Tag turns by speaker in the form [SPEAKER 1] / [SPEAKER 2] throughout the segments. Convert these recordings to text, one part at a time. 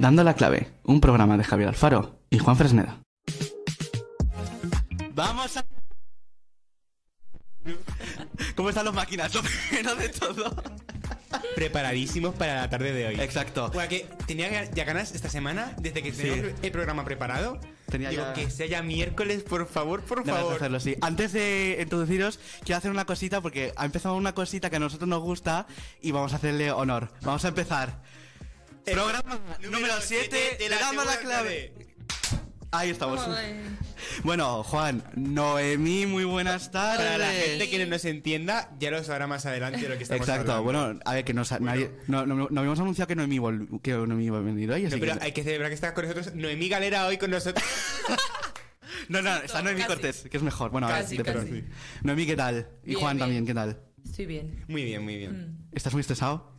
[SPEAKER 1] Palabra clave, un programa de Javier Alfaro y Juan Fresneda.
[SPEAKER 2] Vamos a... ¿Cómo están los máquinas? Lo primero de todo.
[SPEAKER 3] Preparadísimos para la tarde de hoy.
[SPEAKER 2] Exacto.
[SPEAKER 3] Bueno, que tenía ya ganas esta semana, desde que
[SPEAKER 2] Sí.
[SPEAKER 3] tenemos el programa preparado.
[SPEAKER 1] Tenía
[SPEAKER 3] digo,
[SPEAKER 1] ya-
[SPEAKER 3] que sea ya miércoles, por favor, por
[SPEAKER 1] Ganas de
[SPEAKER 3] favor.
[SPEAKER 1] hacerlo, sí. Antes de introduciros, quiero hacer una cosita porque ha empezado una cosita que a nosotros nos gusta y vamos a hacerle honor. Vamos a empezar. Programa número 7 de, Dama la clave. Ahí estamos. Bueno, Juan, Noemí, muy buenas tardes.
[SPEAKER 3] Para la gente que no nos entienda, ya lo sabrá más adelante de lo que estamos
[SPEAKER 1] Exacto,
[SPEAKER 3] hablando.
[SPEAKER 1] bueno, a ver, que nos, nadie- no, no- no habíamos anunciado que Noemí, vol- que Noemí iba a venir hoy, así
[SPEAKER 3] No, pero
[SPEAKER 1] que-
[SPEAKER 3] hay que celebrar que está con nosotros Noemí Galera hoy con nosotros.
[SPEAKER 1] No, no, está Noemí
[SPEAKER 4] Casi.
[SPEAKER 1] Cortés, que es mejor. Bueno, a ver,
[SPEAKER 4] Casi,
[SPEAKER 1] depende.
[SPEAKER 4] casi.
[SPEAKER 1] Noemí, ¿qué tal? Y
[SPEAKER 4] Bien,
[SPEAKER 1] Juan
[SPEAKER 4] bien.
[SPEAKER 1] también, ¿qué tal?
[SPEAKER 4] Estoy bien.
[SPEAKER 3] muy bien, muy bien.
[SPEAKER 1] ¿Estás muy estresado?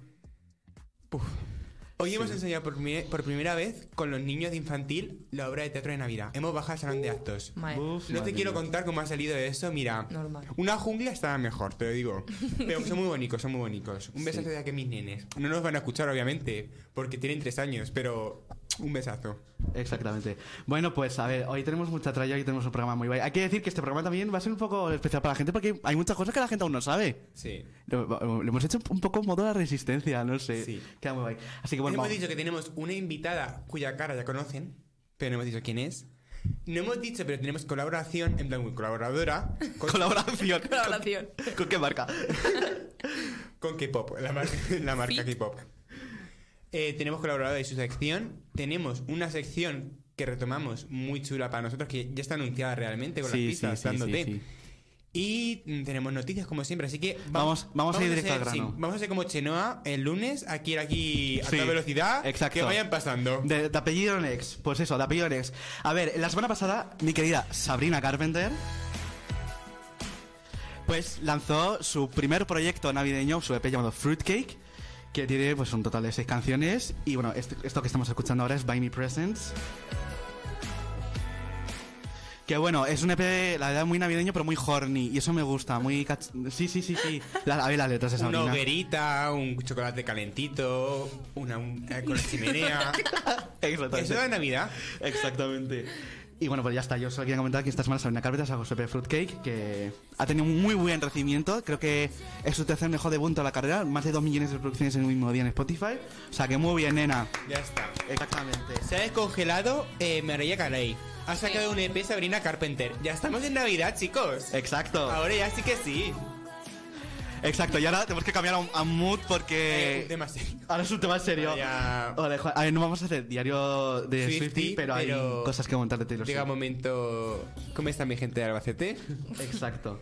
[SPEAKER 3] Hoy hemos enseñado por, primer- por primera vez con los niños de infantil la obra de teatro de Navidad. Hemos bajado al salón de actos.
[SPEAKER 4] Mae.
[SPEAKER 1] Uf,
[SPEAKER 3] No
[SPEAKER 1] madre
[SPEAKER 3] te quiero
[SPEAKER 1] mía.
[SPEAKER 3] contar cómo ha salido de eso, mira.
[SPEAKER 4] Normal.
[SPEAKER 3] Una jungla estaba mejor, te lo digo. Pero son muy bonitos, son muy bonitos. Un besazo de aquí a mis nenes. No nos van a escuchar, obviamente, porque tienen tres años, pero un besazo.
[SPEAKER 1] Exactamente. Bueno, pues a ver, hoy tenemos mucha tralla, hoy tenemos un programa muy guay. Hay que decir que este programa también va a ser un poco especial para la gente porque hay muchas cosas que la gente aún no sabe.
[SPEAKER 3] Sí.
[SPEAKER 1] Lo, lo hemos hecho un poco en modo de resistencia, no sé.
[SPEAKER 3] Sí.
[SPEAKER 1] Queda muy guay. Así que bueno,
[SPEAKER 3] hemos
[SPEAKER 1] vamos.
[SPEAKER 3] dicho que tenemos una invitada cuya cara ya conocen, pero no hemos dicho quién es. No hemos dicho, pero tenemos colaboración, en plan, muy colaboradora, con,
[SPEAKER 1] colaboración.
[SPEAKER 4] Colaboración.
[SPEAKER 1] ¿Con qué marca?
[SPEAKER 3] con K-pop, la, mar- la marca
[SPEAKER 4] Fit.
[SPEAKER 3] K-pop. Eh, tenemos colaboradora de su sección. Tenemos una sección que retomamos muy chula para nosotros, que ya está anunciada realmente con las pistas, dándote. Y mm, tenemos noticias como siempre, así que
[SPEAKER 1] Vamos- vamos a ir directo
[SPEAKER 3] ser-
[SPEAKER 1] al grano.
[SPEAKER 3] sí, vamos a ser como Chenoa el lunes, aquí ir aquí a
[SPEAKER 1] Sí,
[SPEAKER 3] toda velocidad,
[SPEAKER 1] exacto.
[SPEAKER 3] que vayan pasando.
[SPEAKER 1] De, de apellido Nex, pues eso, de apellido Nex. A ver, la semana pasada, mi querida Sabrina Carpenter, pues lanzó su primer proyecto navideño, su EP llamado Fruitcake, que tiene pues un total de seis canciones. Y bueno, este- esto que estamos escuchando ahora es Buy Me Presents. Que bueno, es un EP, la verdad, muy navideño, pero muy horny. Y eso me gusta, muy... cach- Sí, sí, sí, sí. La- a ver las letras de
[SPEAKER 3] Una
[SPEAKER 1] Sabrina.
[SPEAKER 3] hoguerita, un chocolate calentito, una, un- eh, con la chimenea. Eso
[SPEAKER 1] Exactamente.
[SPEAKER 3] de Navidad.
[SPEAKER 1] Exactamente. Y bueno, pues ya está. Yo solo quería comentar que esta semana Sabrina Carpenter sacó su EP Fruitcake, que ha tenido un muy buen recibimiento. Creo que es su tercer mejor debut en toda la carrera. Más de 2 millones de producciones en el mismo día en Spotify. O sea que muy bien, nena.
[SPEAKER 3] Ya está.
[SPEAKER 1] Exactamente.
[SPEAKER 3] Se ha descongelado eh, Mariah Carey. Ha sacado un EP Sabrina Carpenter. Ya estamos en Navidad,
[SPEAKER 1] Eh,
[SPEAKER 3] chicos.
[SPEAKER 1] Exacto.
[SPEAKER 3] Ahora ya sí que sí.
[SPEAKER 1] Exacto. Y ahora tenemos que cambiar a, un- a mood
[SPEAKER 3] Eh,
[SPEAKER 1] porque...
[SPEAKER 3] un tema serio.
[SPEAKER 1] Ahora es un tema serio.
[SPEAKER 3] Ya-
[SPEAKER 1] Vale, Juan, a ver, no vamos a hacer diario de
[SPEAKER 3] Swiftie,
[SPEAKER 1] Swiftie, pero hay
[SPEAKER 3] pero-
[SPEAKER 1] cosas que comentar de Taylor Swift.
[SPEAKER 3] Llega un momento. ¿Cómo está mi gente de Albacete?
[SPEAKER 1] Exacto.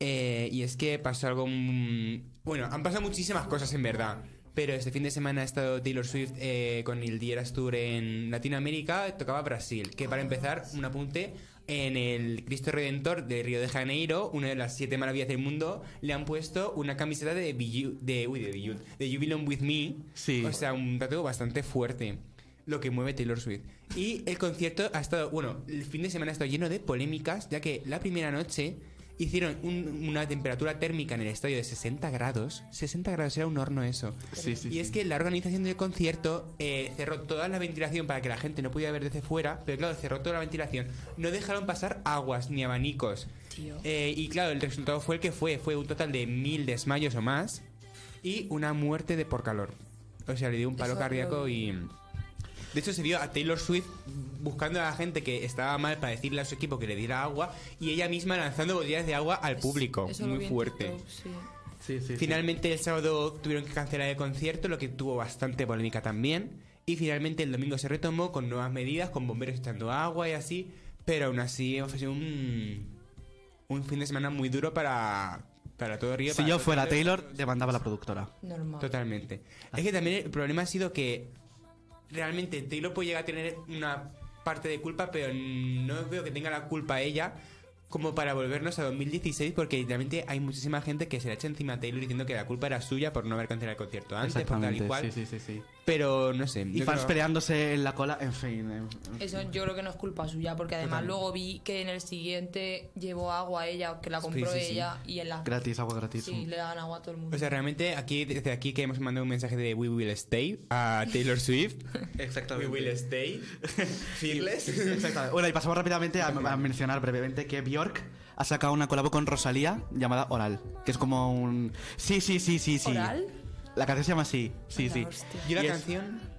[SPEAKER 3] Eh, y es que pasó algo. mm, Bueno, han pasado muchísimas cosas en verdad. Pero este fin de semana ha estado Taylor Swift eh, con el Dieras Tour en Latinoamérica. Tocaba Brasil. Que para empezar, un apunte. En el Cristo Redentor de Río de Janeiro, una de las siete maravillas del mundo, le han puesto una camiseta de Biyu- de, uy, de, Biyu- de You Belong With Me.
[SPEAKER 1] Sí.
[SPEAKER 3] O sea, un dato bastante fuerte. Lo que mueve Taylor Swift. Y el concierto ha estado, bueno, el fin de semana ha estado lleno de polémicas, ya que la primera noche hicieron un- una temperatura térmica en el estadio de 60 grados. 60 grados era un horno eso.
[SPEAKER 1] Sí, sí,
[SPEAKER 3] y
[SPEAKER 1] sí.
[SPEAKER 3] es que la organización del concierto eh, cerró toda la ventilación para que la gente no pudiera ver desde fuera, pero claro, cerró toda la ventilación. No dejaron pasar aguas ni abanicos.
[SPEAKER 4] Tío.
[SPEAKER 3] Eh, y claro, el resultado fue el que fue. Fue un total de mil desmayos o más y una muerte de por calor. O sea, le dio un palo
[SPEAKER 4] Eso
[SPEAKER 3] cardíaco
[SPEAKER 4] lo
[SPEAKER 3] y... De hecho, se vio a Taylor Swift buscando a la gente que estaba mal para decirle a su equipo que le diera agua y ella misma lanzando botellas de agua al público.
[SPEAKER 4] Eso lo vi
[SPEAKER 3] Muy
[SPEAKER 4] en
[SPEAKER 3] fuerte.
[SPEAKER 4] TikTok, sí.
[SPEAKER 1] Sí, sí.
[SPEAKER 3] Finalmente el sábado tuvieron que cancelar el concierto, lo que tuvo bastante polémica también. Y finalmente el domingo se retomó con nuevas medidas, con bomberos echando agua y así. Pero aún así ha sido un, un fin de semana muy duro para, para todo Río.
[SPEAKER 1] Si
[SPEAKER 3] para
[SPEAKER 1] yo
[SPEAKER 3] todo
[SPEAKER 1] fuera
[SPEAKER 3] Río.
[SPEAKER 1] Taylor, demandaba a la productora.
[SPEAKER 4] Normal.
[SPEAKER 3] Totalmente. Es que también el problema ha sido que realmente Taylor puede llegar a tener una parte de culpa, pero no veo que tenga la culpa ella como para volvernos a 2016 porque literalmente hay muchísima gente que se le echa encima a Taylor diciendo que la culpa era suya por no haber cancelado el concierto antes, por tal y cual.
[SPEAKER 1] sí, sí, sí, sí.
[SPEAKER 3] Pero no sé.
[SPEAKER 1] Y
[SPEAKER 3] yo
[SPEAKER 1] fans
[SPEAKER 3] creo-
[SPEAKER 1] peleándose en la cola, en fin. en- en-
[SPEAKER 4] Eso yo creo que no es culpa suya, porque además luego vi que en el siguiente llevó agua a ella, que la compró
[SPEAKER 3] Sí, sí, sí.
[SPEAKER 4] ella, y en la...
[SPEAKER 1] Gratis, agua gratis.
[SPEAKER 4] Sí, le daban agua a todo el mundo.
[SPEAKER 3] O sea, realmente aquí, desde aquí queremos mandar un mensaje de We Will Stay a Taylor Swift.
[SPEAKER 1] Exactamente.
[SPEAKER 3] Stay.
[SPEAKER 1] Exactamente. Bueno, y pasamos rápidamente a, a mencionar brevemente que Bjork ha sacado una colabo con Rosalía llamada Oral, que es como un... Sí, sí, sí, sí, sí.
[SPEAKER 4] ¿Oral?
[SPEAKER 1] La canción se llama así, sí,
[SPEAKER 4] Anda,
[SPEAKER 1] sí.
[SPEAKER 4] hostia.
[SPEAKER 3] Y la
[SPEAKER 1] Y es-
[SPEAKER 3] canción...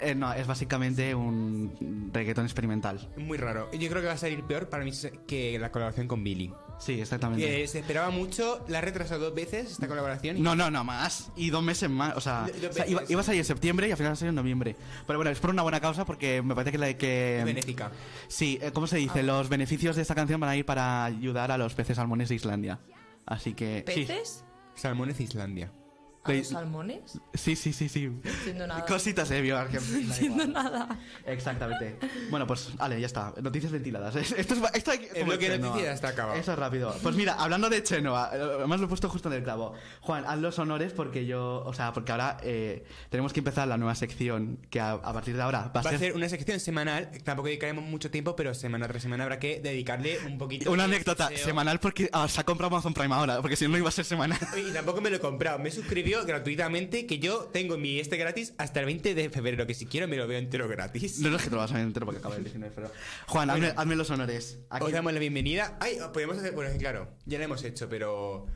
[SPEAKER 1] Eh, no, es básicamente un reggaetón experimental.
[SPEAKER 3] Muy raro. Yo creo que va a salir peor para mí que la colaboración con Billy. Eh,
[SPEAKER 1] Sí, exactamente.
[SPEAKER 3] se esperaba mucho, la ha retrasado dos veces esta colaboración. y-
[SPEAKER 1] No, no, no, más. Y dos meses más. O sea,
[SPEAKER 3] Do- dos
[SPEAKER 1] o sea, iba,
[SPEAKER 3] veces.
[SPEAKER 1] iba a salir en septiembre y al final ha salido en noviembre. Pero bueno, es por una buena causa porque me parece que la que...
[SPEAKER 3] Es benéfica.
[SPEAKER 1] Sí, eh, ¿cómo se dice? Los beneficios de esta canción van a ir para ayudar a los peces salmones de Islandia. Así que... sí.
[SPEAKER 4] ¿Peces?
[SPEAKER 3] Salmones Islandia.
[SPEAKER 4] ¿A los
[SPEAKER 1] Sí.
[SPEAKER 4] salmones?
[SPEAKER 1] Sí, sí, sí, sí.
[SPEAKER 4] Siendo nada.
[SPEAKER 1] Cositas, eh, Bjork. Da
[SPEAKER 4] No,
[SPEAKER 1] igual.
[SPEAKER 4] nada.
[SPEAKER 1] Exactamente. Bueno, pues, vale, ya está. Noticias ventiladas. Es- Esto es, esto hay
[SPEAKER 3] El bloque de noticias está acabado.
[SPEAKER 1] Eso es rápido. Pues mira, hablando de Chenoa, eh, además lo he puesto justo en el clavo. Juan, haz los honores porque yo, o sea, porque ahora eh, tenemos que empezar la nueva sección que a, a partir de ahora va a,
[SPEAKER 3] Va a
[SPEAKER 1] ser,
[SPEAKER 3] ser una sección semanal, tampoco dedicaremos mucho tiempo, pero semana tras semana habrá que dedicarle un poquito.
[SPEAKER 1] una
[SPEAKER 3] de
[SPEAKER 1] anécdota
[SPEAKER 3] salseo.
[SPEAKER 1] semanal porque ah, se ha comprado Amazon Prime ahora, porque si no, no iba a ser semanal.
[SPEAKER 3] Y tampoco me lo he comprado, me suscribió gratuitamente que yo tengo mi este gratis hasta el 20 de febrero, que si quiero me lo veo entero gratis.
[SPEAKER 1] No no, es que te lo vas a ver entero porque acaba el 19 de febrero. Juan, hazme, hazme los honores. Aquí- em-,
[SPEAKER 3] Os damos la bienvenida. Ay, ah, podemos hacer. Bueno, es que claro, ya lo hemos hecho, pero.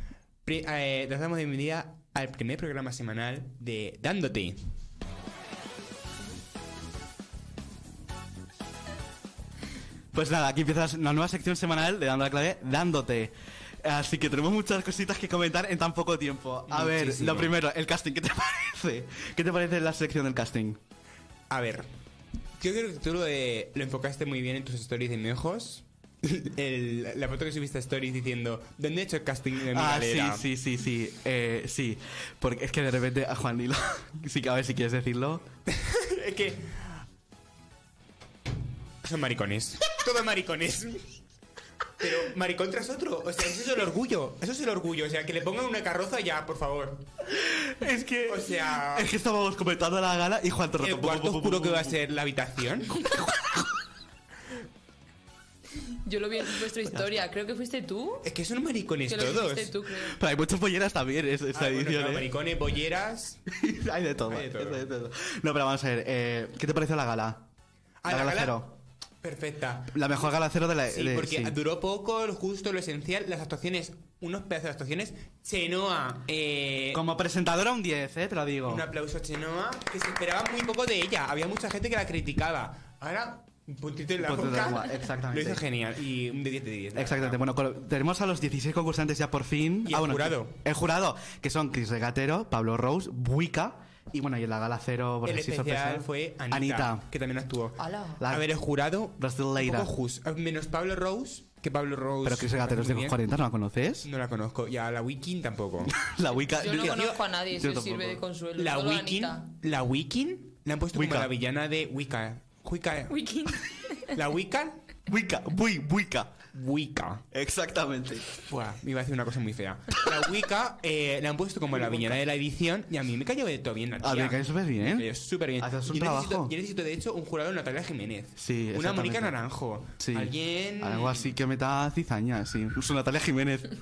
[SPEAKER 3] pri- eh, nos damos la bienvenida al primer programa semanal de Dándote.
[SPEAKER 1] Pues nada, aquí empiezas una nueva sección semanal de Dando la Clave, dándote. Así que tenemos muchas cositas que comentar en tan poco tiempo. A ver,
[SPEAKER 3] Muchísimo.
[SPEAKER 1] lo primero, el casting, ¿qué te parece? ¿Qué te parece la sección del casting?
[SPEAKER 3] A ver, yo creo que tú lo, de- lo enfocaste muy bien en tus stories de mi ojos. El- la foto que subiste a stories diciendo ¿Dónde he hecho el casting de mi
[SPEAKER 1] Ah, sí,
[SPEAKER 3] galera?".
[SPEAKER 1] sí, sí, sí, eh, sí. Porque es que de repente a Juan Dilo, sí que a ver si quieres decirlo.
[SPEAKER 3] Es que. Son maricones. Todos maricones. Pero maricón tras otro. O sea, eso es el orgullo. Eso es el orgullo. O sea, que le pongan una carroza ya, por favor.
[SPEAKER 1] Es que,
[SPEAKER 3] O sea.
[SPEAKER 1] es que estábamos comentando la gala y Juan todo
[SPEAKER 3] El
[SPEAKER 1] rato,
[SPEAKER 3] ah. cuarto
[SPEAKER 1] pum, pum, pum,
[SPEAKER 3] oscuro que
[SPEAKER 1] pum,
[SPEAKER 3] va a
[SPEAKER 1] pum.
[SPEAKER 3] ser la habitación.
[SPEAKER 4] Yo lo vi en vuestra historia, creo que fuiste tú.
[SPEAKER 3] Es que son maricones
[SPEAKER 4] Que lo
[SPEAKER 3] todos.
[SPEAKER 4] dijiste tú, creo.
[SPEAKER 1] Pero hay muchas polleras también, es, esta
[SPEAKER 3] Ah, bueno,
[SPEAKER 1] edición.
[SPEAKER 3] claro,
[SPEAKER 1] ¿eh?
[SPEAKER 3] maricones, bolleras.
[SPEAKER 1] hay de todo.
[SPEAKER 3] Hay de todo.
[SPEAKER 1] hay de todo. No, pero vamos a ver, eh, ¿qué te pareció la gala?
[SPEAKER 3] Ah,
[SPEAKER 1] la,
[SPEAKER 3] la
[SPEAKER 1] gala,
[SPEAKER 3] gala-
[SPEAKER 1] cero.
[SPEAKER 3] Perfecta.
[SPEAKER 1] La mejor gala cero de la.
[SPEAKER 3] Sí,
[SPEAKER 1] de-
[SPEAKER 3] porque
[SPEAKER 1] sí.
[SPEAKER 3] duró poco, lo justo, lo esencial, las actuaciones, unos pedazos de actuaciones. Chenoa, eh,
[SPEAKER 1] Como presentadora, un 10, eh, te lo digo.
[SPEAKER 3] un aplauso a Chenoa, que se esperaba muy poco de ella. Había mucha gente que la criticaba. Ahora, un puntito en la
[SPEAKER 1] Punto en la
[SPEAKER 3] boca.
[SPEAKER 1] boca, exactamente.
[SPEAKER 3] Lo hizo genial. Y un de 10 de 10. la
[SPEAKER 1] Exactamente,
[SPEAKER 3] verdad.
[SPEAKER 1] bueno, col- tenemos a los 16 concursantes ya por fin. Ah,
[SPEAKER 3] Y el jurado.
[SPEAKER 1] El jurado, que son Chris Regatero, Pablo Rose, Buica y bueno, y en la gala cero, por
[SPEAKER 3] El
[SPEAKER 1] así
[SPEAKER 3] especial
[SPEAKER 1] sorpresa,
[SPEAKER 3] fue Anita,
[SPEAKER 1] Anita.
[SPEAKER 3] que también actuó.
[SPEAKER 4] Ala.
[SPEAKER 1] La-
[SPEAKER 3] A ver, el jurado.
[SPEAKER 1] Brasileira.
[SPEAKER 3] un poco jus- menos Pablo Rose, que Pablo Rose.
[SPEAKER 1] Pero Chris Regatero es de
[SPEAKER 3] muy bien.
[SPEAKER 1] 40, ¿no la conoces?
[SPEAKER 3] No la conozco. Y a la Wiking tampoco.
[SPEAKER 1] La
[SPEAKER 3] Ah,
[SPEAKER 1] Buica.
[SPEAKER 4] Yo no
[SPEAKER 1] Yo-
[SPEAKER 4] conozco a nadie,
[SPEAKER 1] yo
[SPEAKER 4] eso sirve de
[SPEAKER 1] tampoco.
[SPEAKER 4] consuelo.
[SPEAKER 3] la
[SPEAKER 4] solo a
[SPEAKER 3] Wiking.
[SPEAKER 4] Anita.
[SPEAKER 3] La Wiking la han puesto
[SPEAKER 1] Wicca.
[SPEAKER 3] como la villana de Wicca. Wicca.
[SPEAKER 4] Wiking.
[SPEAKER 3] La Wicca.
[SPEAKER 1] Buica, Bui, Buica.
[SPEAKER 3] Wicca.
[SPEAKER 1] Exactamente.
[SPEAKER 3] Buah, me iba a decir una cosa muy fea. La Wicca eh, la han puesto como la villana de la edición y a mí me cayó de todo bien la tía.
[SPEAKER 1] A ver, que eso es bien.
[SPEAKER 3] Me cayó súper bien.
[SPEAKER 1] Haces un
[SPEAKER 3] yo, necesito,
[SPEAKER 1] trabajo.
[SPEAKER 3] yo necesito, de hecho, un jurado de Natalia Jiménez.
[SPEAKER 1] Sí,
[SPEAKER 3] Una
[SPEAKER 1] exactamente.
[SPEAKER 3] Mónica Naranjo.
[SPEAKER 1] Sí.
[SPEAKER 3] Alguien...
[SPEAKER 1] Algo así que meta cizaña, sí. Incluso Natalia Jiménez.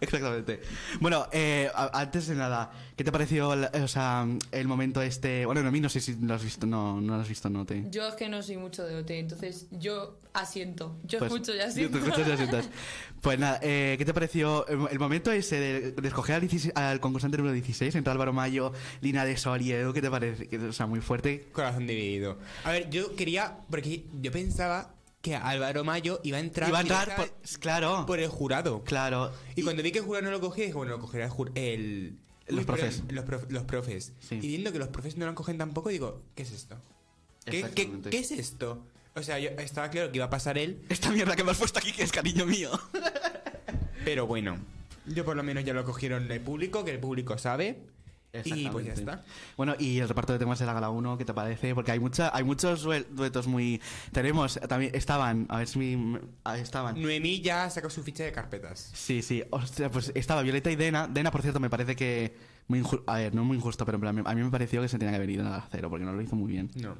[SPEAKER 1] Exactamente. Bueno, eh, a- antes de nada, ¿qué te pareció el, o sea, el momento este? Bueno, no, a mí no sé si lo has visto, no, no lo has visto, no te.
[SPEAKER 4] Yo es que no soy mucho de OT, entonces yo asiento. Yo
[SPEAKER 1] Pues,
[SPEAKER 4] escucho y
[SPEAKER 1] yo te
[SPEAKER 4] asiento.
[SPEAKER 1] escucho y asientas. Pues nada, eh, ¿qué te pareció el, el momento ese de, de escoger al, 16 al concursante número 16 entre Álvaro Mayo, Lina de Soriego? ¿Qué te parece? Que- O sea, muy fuerte.
[SPEAKER 3] Corazón dividido. A ver, yo quería... Porque yo pensaba que Álvaro Mayo iba a entrar...
[SPEAKER 1] Iba a entrar, por,
[SPEAKER 3] directamente
[SPEAKER 1] claro,
[SPEAKER 3] por el jurado.
[SPEAKER 1] claro.
[SPEAKER 3] Y cuando vi que el jurado no lo cogía, dije, bueno, lo cogerá el, jur- el-
[SPEAKER 1] Los
[SPEAKER 3] Uy,
[SPEAKER 1] profes.
[SPEAKER 3] perdón, Los, prof- los profes.
[SPEAKER 1] Sí.
[SPEAKER 3] Y viendo que los profes no lo cogen tampoco, digo, ¿qué es esto? ¿Qué, qué,
[SPEAKER 1] Exactamente.
[SPEAKER 3] qué es esto? O sea, yo estaba claro que iba a pasar él,
[SPEAKER 1] Esta mierda que me has puesto aquí, que es cariño mío.
[SPEAKER 3] pero bueno. Yo por lo menos ya lo cogieron el público, que el público sabe. Y pues ya está.
[SPEAKER 1] Bueno, y el reparto de temas de la gala 1, ¿qué te parece? Porque hay mucha, hay muchos duel- duetos muy. Tenemos, también estaban, a ver si mi- ah, estaban.
[SPEAKER 3] Noemí ya sacó su ficha de carpetas.
[SPEAKER 1] Sí, sí, Hostia, pues estaba Violeta y Dena. Dena, por cierto, me parece que. Muy inju- a ver, no muy injusto, pero en plan, a mí me pareció que se tenía que haber ido en la gala cero, porque no lo hizo muy bien.
[SPEAKER 3] No.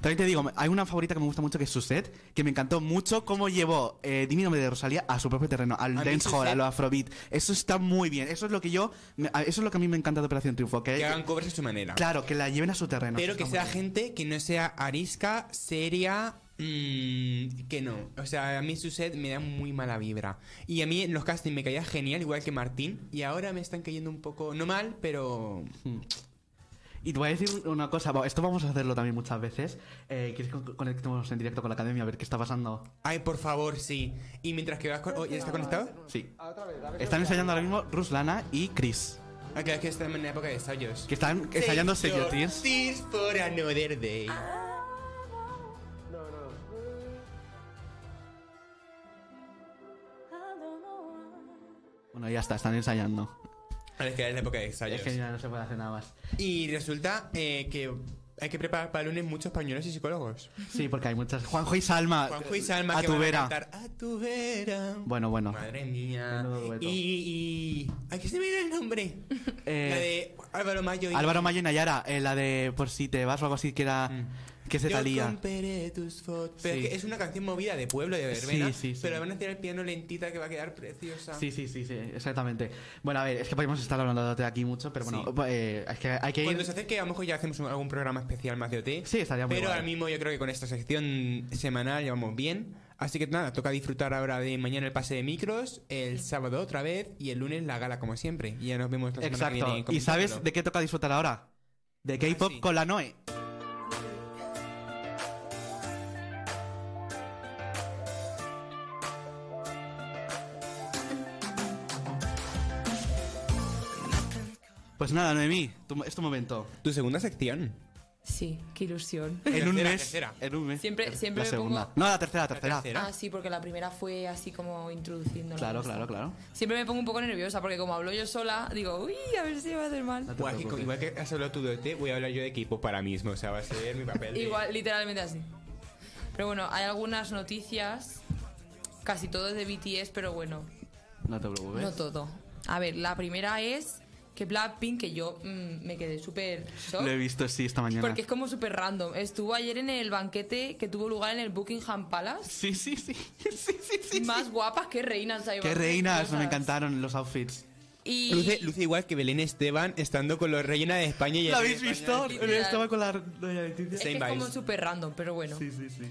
[SPEAKER 1] También te digo, hay una favorita que me gusta mucho que es Suset, que me encantó mucho cómo llevó eh, Dime nombre de Rosalía a su propio terreno, al
[SPEAKER 3] A mí
[SPEAKER 1] dancehall,
[SPEAKER 3] Suzette-
[SPEAKER 1] a lo afrobeat. Eso está muy bien. Eso es lo que yo, me- a- eso es lo que a mí me encanta de Operación Triunfo, que,
[SPEAKER 3] Que hagan covers a su manera.
[SPEAKER 1] Eh, claro, que la lleven a su terreno.
[SPEAKER 3] Pero
[SPEAKER 1] Eso
[SPEAKER 3] que
[SPEAKER 1] está
[SPEAKER 3] sea
[SPEAKER 1] muy bien.
[SPEAKER 3] gente que no sea arisca, seria, mm, que no. O sea, a mí su set me da muy mala vibra. Y a mí en los castings me caía genial, igual que Martín. Y ahora me están cayendo un poco, no mal, pero...
[SPEAKER 1] Y te voy a decir una cosa, va, esto vamos a hacerlo también muchas veces. Eh, ¿Quieres que conectemos en directo con la academia a ver qué está pasando?
[SPEAKER 3] Ay, por favor, sí. Y mientras que vas con... oh, ¿Ya está conectado?
[SPEAKER 1] Sí. Están ensayando ahora mismo Ruslana y Chris,
[SPEAKER 3] Ah, claro, es que está en una época de ensayos.
[SPEAKER 1] que están ensayando
[SPEAKER 3] Save
[SPEAKER 1] Save Your
[SPEAKER 3] your
[SPEAKER 1] Tears.
[SPEAKER 3] tears for another day.
[SPEAKER 1] Bueno, ya está, están ensayando.
[SPEAKER 3] Ahora Ah, es que era en la época de ensayos.
[SPEAKER 1] Es que ya no se puede hacer nada más.
[SPEAKER 3] Y resulta eh, que hay que preparar para el lunes muchos pañuelos y psicólogos.
[SPEAKER 1] Sí, porque hay muchas. Juanjo y Salma.
[SPEAKER 3] Juanjo y Salma
[SPEAKER 1] a
[SPEAKER 3] que
[SPEAKER 1] tu
[SPEAKER 3] van
[SPEAKER 1] vera.
[SPEAKER 3] a cantar A tu vera.
[SPEAKER 1] Bueno, bueno.
[SPEAKER 3] Madre mía.
[SPEAKER 1] Menudo dueto.
[SPEAKER 3] Y, y... ¿A qué se me viene el nombre?
[SPEAKER 1] Eh,
[SPEAKER 3] La de Álvaro Mayo y...
[SPEAKER 1] Álvaro Mayo y Nayara, eh, la de por si te vas o algo así que era. que se
[SPEAKER 3] Mm. Yo
[SPEAKER 1] talía.
[SPEAKER 3] compré tus fotos. Pero
[SPEAKER 1] Sí.
[SPEAKER 3] es que es una canción movida de pueblo, de
[SPEAKER 1] Sí,
[SPEAKER 3] verbena.
[SPEAKER 1] sí, sí.
[SPEAKER 3] Pero la van a hacer al piano lentita que va a quedar preciosa.
[SPEAKER 1] Sí, sí, sí, sí, exactamente. Bueno, a ver, es que podemos estar hablando de aquí mucho, pero bueno,
[SPEAKER 3] Sí.
[SPEAKER 1] eh, es que hay que
[SPEAKER 3] Cuando
[SPEAKER 1] ir.
[SPEAKER 3] se acerque, a lo mejor ya hacemos un- algún programa especial más de OT.
[SPEAKER 1] Sí, estaría muy
[SPEAKER 3] Pero
[SPEAKER 1] guay.
[SPEAKER 3] ahora mismo yo creo que con esta sección semanal ya vamos bien. Así que nada, toca disfrutar ahora de mañana el pase de micros, el sábado otra vez y el lunes la gala como siempre. Y ya nos vemos la semana que viene. Ah,
[SPEAKER 1] Exacto. ¿Y sabes de qué toca disfrutar ahora? De K-pop
[SPEAKER 3] sí.
[SPEAKER 1] con la Noe. Pues nada, Noemí, tu- es tu momento.
[SPEAKER 3] tu segunda sección?
[SPEAKER 4] Sí, qué ilusión.
[SPEAKER 1] En un
[SPEAKER 3] tercera,
[SPEAKER 1] mes.
[SPEAKER 3] tercera.
[SPEAKER 1] En un mes.
[SPEAKER 4] Siempre-
[SPEAKER 1] La
[SPEAKER 4] siempre me
[SPEAKER 1] segunda.
[SPEAKER 4] pongo-
[SPEAKER 1] No, la tercera, la tercera.
[SPEAKER 3] tercera.
[SPEAKER 4] Ah, sí, porque la primera fue así como introduciendo.
[SPEAKER 1] Claro, claro, claro.
[SPEAKER 4] Siempre me pongo un poco nerviosa porque como hablo yo sola, digo, uy, a ver si va a hacer
[SPEAKER 1] No
[SPEAKER 4] mal.
[SPEAKER 1] te
[SPEAKER 3] Buah, que
[SPEAKER 1] preocupes.
[SPEAKER 3] igual que has hablado tú de OT, voy a hablar yo de equipo para mismo. O sea, va a ser mi papel. de-
[SPEAKER 4] Igual, literalmente así. Pero bueno, hay algunas noticias, casi todo es de BTS, pero bueno,
[SPEAKER 1] No te preocupes.
[SPEAKER 4] no todo. A ver, la primera es que Blackpink, que yo mm, me quedé súper shock,
[SPEAKER 1] Lo he visto, sí, esta mañana.
[SPEAKER 4] porque es como súper random. Estuvo ayer en el banquete que tuvo lugar en el Buckingham Palace.
[SPEAKER 1] Sí, sí, sí. sí, sí, sí.
[SPEAKER 4] Más guapas que reinas. ahí
[SPEAKER 1] Qué
[SPEAKER 4] van,
[SPEAKER 1] reinas,
[SPEAKER 4] preciosas.
[SPEAKER 1] me encantaron los outfits.
[SPEAKER 4] Y...
[SPEAKER 3] Luce, luce igual que Belén Esteban estando con los Reyes de España. Y
[SPEAKER 1] ¿Lo habéis visto?
[SPEAKER 4] literal.
[SPEAKER 1] Estaba con la doña Leticia.
[SPEAKER 4] Es que es
[SPEAKER 3] Same
[SPEAKER 4] como
[SPEAKER 3] vibes.
[SPEAKER 4] súper random, pero bueno.
[SPEAKER 1] Sí, sí, sí.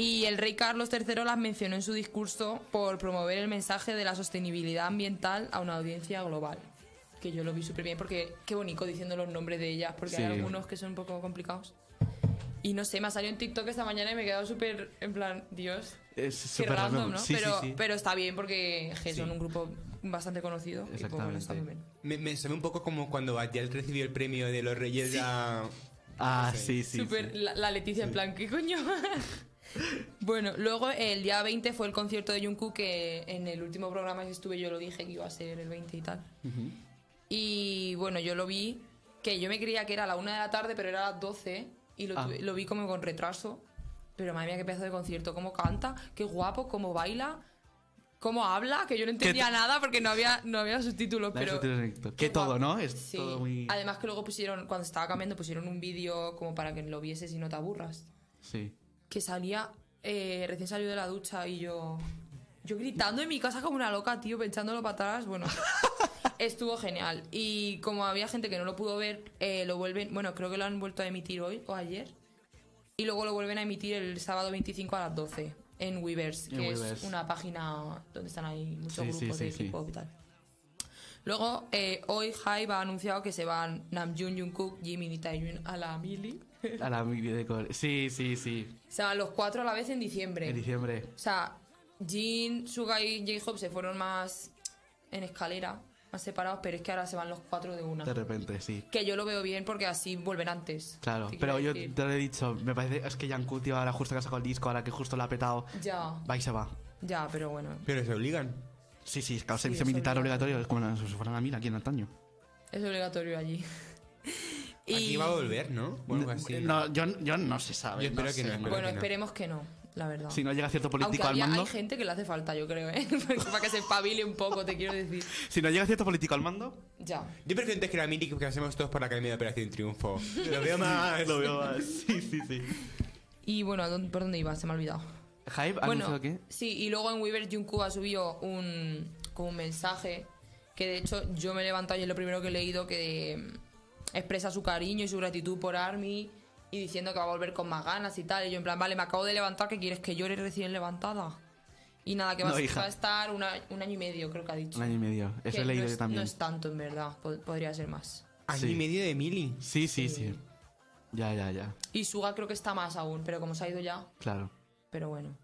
[SPEAKER 4] Y el rey Carlos III las mencionó en su discurso por promover el mensaje de la sostenibilidad ambiental a una audiencia global. Que yo lo vi súper bien porque qué bonito diciendo los nombres de ellas, porque
[SPEAKER 1] Sí.
[SPEAKER 4] hay algunos que son un poco complicados. Y no sé, me ha salido en TikTok esta mañana y me he quedado súper en plan, Dios,
[SPEAKER 1] Es
[SPEAKER 4] qué
[SPEAKER 1] súper
[SPEAKER 4] random,
[SPEAKER 1] random,
[SPEAKER 4] ¿no?
[SPEAKER 1] Sí,
[SPEAKER 4] pero,
[SPEAKER 1] sí, sí.
[SPEAKER 4] pero está bien porque je, son
[SPEAKER 3] Sí.
[SPEAKER 4] un grupo bastante conocido. y pues, bueno, está muy bien.
[SPEAKER 3] Me, me sabe un poco como cuando Batial recibió el premio de los Reyes de...
[SPEAKER 1] Ah, sí, sí.
[SPEAKER 4] Súper
[SPEAKER 1] sí.
[SPEAKER 4] La, la Leticia en plan, ¿qué coño? bueno, luego el día 20 fue el concierto de Jungkook que en el último programa que estuve yo lo dije que iba a ser el 20 y tal. Y bueno, yo lo vi, que yo me creía que era a la 1 de la tarde, pero era a las 12 y lo,
[SPEAKER 1] Ah.
[SPEAKER 4] tuve- lo vi como con retraso. Pero madre mía, qué pedazo de concierto, cómo canta, qué guapo, cómo baila, cómo habla, que yo no entendía nada porque no había, no había subtítulos,
[SPEAKER 1] Dale,
[SPEAKER 4] pero...
[SPEAKER 1] eso tiene sentido. Que todo, ¿no? Es
[SPEAKER 4] Sí.
[SPEAKER 1] todo muy.
[SPEAKER 4] Además que luego pusieron, cuando estaba cambiando, pusieron un vídeo como para que lo vieses y no te aburras.
[SPEAKER 1] Sí.
[SPEAKER 4] Que salía, eh, recién salió de la ducha y yo... Yo gritando en mi casa como una loca, tío, pensándolo para atrás. Bueno, estuvo genial. Y como había gente que no lo pudo ver, eh, lo vuelven... Bueno, creo que lo han vuelto a emitir hoy o ayer. Y luego lo vuelven a emitir el sábado 25 a las 12 en Weverse, que
[SPEAKER 1] En
[SPEAKER 4] es
[SPEAKER 1] Weverse.
[SPEAKER 4] una página donde están ahí muchos
[SPEAKER 1] Sí, sí,
[SPEAKER 4] grupos
[SPEAKER 1] sí,
[SPEAKER 4] de
[SPEAKER 1] sí.
[SPEAKER 4] K-pop y tal. Luego, eh, hoy Hybe ha anunciado que se van Namjoon, Jungkook, Jimin y Taehyung a la Mili.
[SPEAKER 1] A la mili de Core. Sí, sí, sí.
[SPEAKER 4] Se van los cuatro a la vez en diciembre.
[SPEAKER 1] En diciembre.
[SPEAKER 4] O sea, Jin, Suga y J-Hope se fueron más en escalera, más separados, pero es que ahora se van los cuatro de una.
[SPEAKER 1] De repente, sí.
[SPEAKER 4] Que yo lo veo bien porque así vuelven antes.
[SPEAKER 1] Claro,
[SPEAKER 4] Te quiero
[SPEAKER 1] pero yo te
[SPEAKER 4] decir.
[SPEAKER 1] lo he dicho, me parece, es que Yankut, tío, ahora justo que ha sacado el disco, ahora que justo lo ha petado,
[SPEAKER 4] Ya,
[SPEAKER 1] va y se va.
[SPEAKER 4] ya, pero bueno.
[SPEAKER 3] Pero se obligan.
[SPEAKER 1] Sí, sí, es que el
[SPEAKER 4] Sí,
[SPEAKER 1] servicio
[SPEAKER 4] es
[SPEAKER 1] militar
[SPEAKER 4] obligatorio.
[SPEAKER 1] obligatorio es como la- si fuera la mil aquí en antaño.
[SPEAKER 4] Es obligatorio allí. Y-
[SPEAKER 3] Aquí va a volver, ¿no? O algo así.
[SPEAKER 1] No, yo, yo no se sabe.
[SPEAKER 3] Yo espero que
[SPEAKER 1] sé,
[SPEAKER 3] no, espero.
[SPEAKER 4] Bueno,
[SPEAKER 3] que no.
[SPEAKER 4] esperemos que no, la verdad.
[SPEAKER 1] Si no llega cierto
[SPEAKER 4] Aunque
[SPEAKER 1] político
[SPEAKER 4] había-
[SPEAKER 1] al mando.
[SPEAKER 4] hay gente que le hace falta, yo creo, ¿eh? Porque para que se espabile un poco, te quiero decir.
[SPEAKER 1] Si no llega cierto político al mando,
[SPEAKER 4] Ya.
[SPEAKER 3] Yo prefiero antes que la mini que hacemos todos por la Academia de Operación Triunfo. Lo veo más.
[SPEAKER 1] lo veo más. Sí, sí, sí.
[SPEAKER 4] Y bueno, ¿a dónde- ¿por dónde iba? Se me ha olvidado.
[SPEAKER 1] Hype,
[SPEAKER 4] Bueno,
[SPEAKER 1] ¿anunciado qué?
[SPEAKER 4] sí, y luego en Weaver Jungkook ha subido un, como un mensaje que de hecho yo me he levantado y es lo primero que he leído que mm, expresa su cariño y su gratitud por ARMY y diciendo que va a volver con más ganas y tal. Y yo en plan, vale, me acabo de levantar, ¿qué quieres que llore recién levantada? Y nada, que va,
[SPEAKER 1] No,
[SPEAKER 4] a-
[SPEAKER 1] hija.
[SPEAKER 4] va a estar una- un año y medio, creo que ha dicho.
[SPEAKER 1] Un año y medio. Eso
[SPEAKER 4] Que
[SPEAKER 1] he leído
[SPEAKER 4] no es,
[SPEAKER 1] yo también.
[SPEAKER 4] No es tanto, en verdad, po- podría ser más.
[SPEAKER 3] Año
[SPEAKER 1] Sí.
[SPEAKER 3] y medio de mili.
[SPEAKER 1] Sí, sí, sí. Ya, ya, ya.
[SPEAKER 4] Y Suga creo que está más aún, pero como se ha ido ya,
[SPEAKER 1] Claro.
[SPEAKER 4] pero bueno.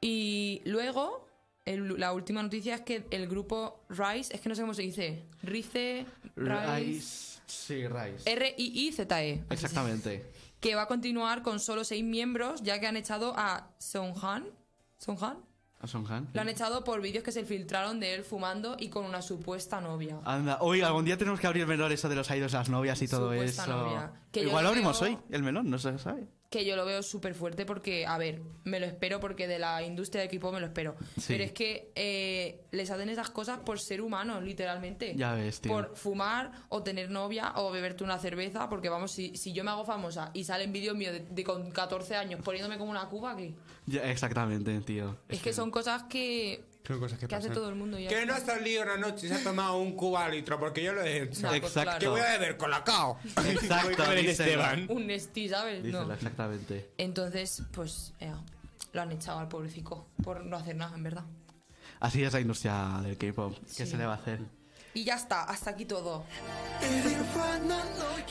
[SPEAKER 4] Y luego, el- la última noticia es que el grupo Rice, es que no sé cómo se dice, Rice, Rice,
[SPEAKER 1] Rice. Sí,
[SPEAKER 4] Eh,
[SPEAKER 1] Rice.
[SPEAKER 4] R-I-I-Z-E, así se-
[SPEAKER 1] Exactamente.
[SPEAKER 4] que va a continuar con solo seis miembros, ya que han echado a Songhan, Songhan,
[SPEAKER 1] ¿A Son Han?
[SPEAKER 4] lo han echado por vídeos que se filtraron de él fumando y con una supuesta novia.
[SPEAKER 1] Anda, hoy algún día tenemos que abrir el melón eso de los idols, las novias y todo
[SPEAKER 4] Supuesta
[SPEAKER 1] eso.
[SPEAKER 4] novia. Que yo
[SPEAKER 1] Igual lo
[SPEAKER 4] creo-
[SPEAKER 1] abrimos hoy, el melón, no se sabe.
[SPEAKER 4] que yo lo veo súper fuerte porque, a ver, me lo espero porque de la industria de equipo me lo espero.
[SPEAKER 1] Sí.
[SPEAKER 4] Pero es que eh, les hacen esas cosas por ser humanos, literalmente.
[SPEAKER 1] Ya ves, tío.
[SPEAKER 4] Por fumar o tener novia o beberte una cerveza, porque vamos, si, si yo me hago famosa y salen vídeos míos de, de con 14 años poniéndome como una cuba, ¿qué?
[SPEAKER 1] Ya, exactamente, tío.
[SPEAKER 4] Es que son cosas que...
[SPEAKER 3] Son cosas que
[SPEAKER 4] ¿Qué hace
[SPEAKER 3] pasan.
[SPEAKER 4] todo el mundo ya?
[SPEAKER 3] Que no ha salido una noche y se ha tomado un cuba al litro porque yo lo he hecho.
[SPEAKER 4] Nah, pues
[SPEAKER 1] Exacto.
[SPEAKER 3] Que
[SPEAKER 4] claro,
[SPEAKER 3] voy a beber colacao.
[SPEAKER 1] Exacto,
[SPEAKER 3] Voy con el
[SPEAKER 1] díselo.
[SPEAKER 3] Esteban.
[SPEAKER 4] Un nesti, ¿sabes?
[SPEAKER 1] Díselo,
[SPEAKER 4] No.
[SPEAKER 1] exactamente.
[SPEAKER 4] Entonces, pues, ea, lo han echado al pobrecito por no hacer nada, en verdad.
[SPEAKER 1] Así es la industria del K-pop. ¿Qué
[SPEAKER 4] Sí.
[SPEAKER 1] se le va a hacer?
[SPEAKER 4] Y ya está, hasta aquí todo.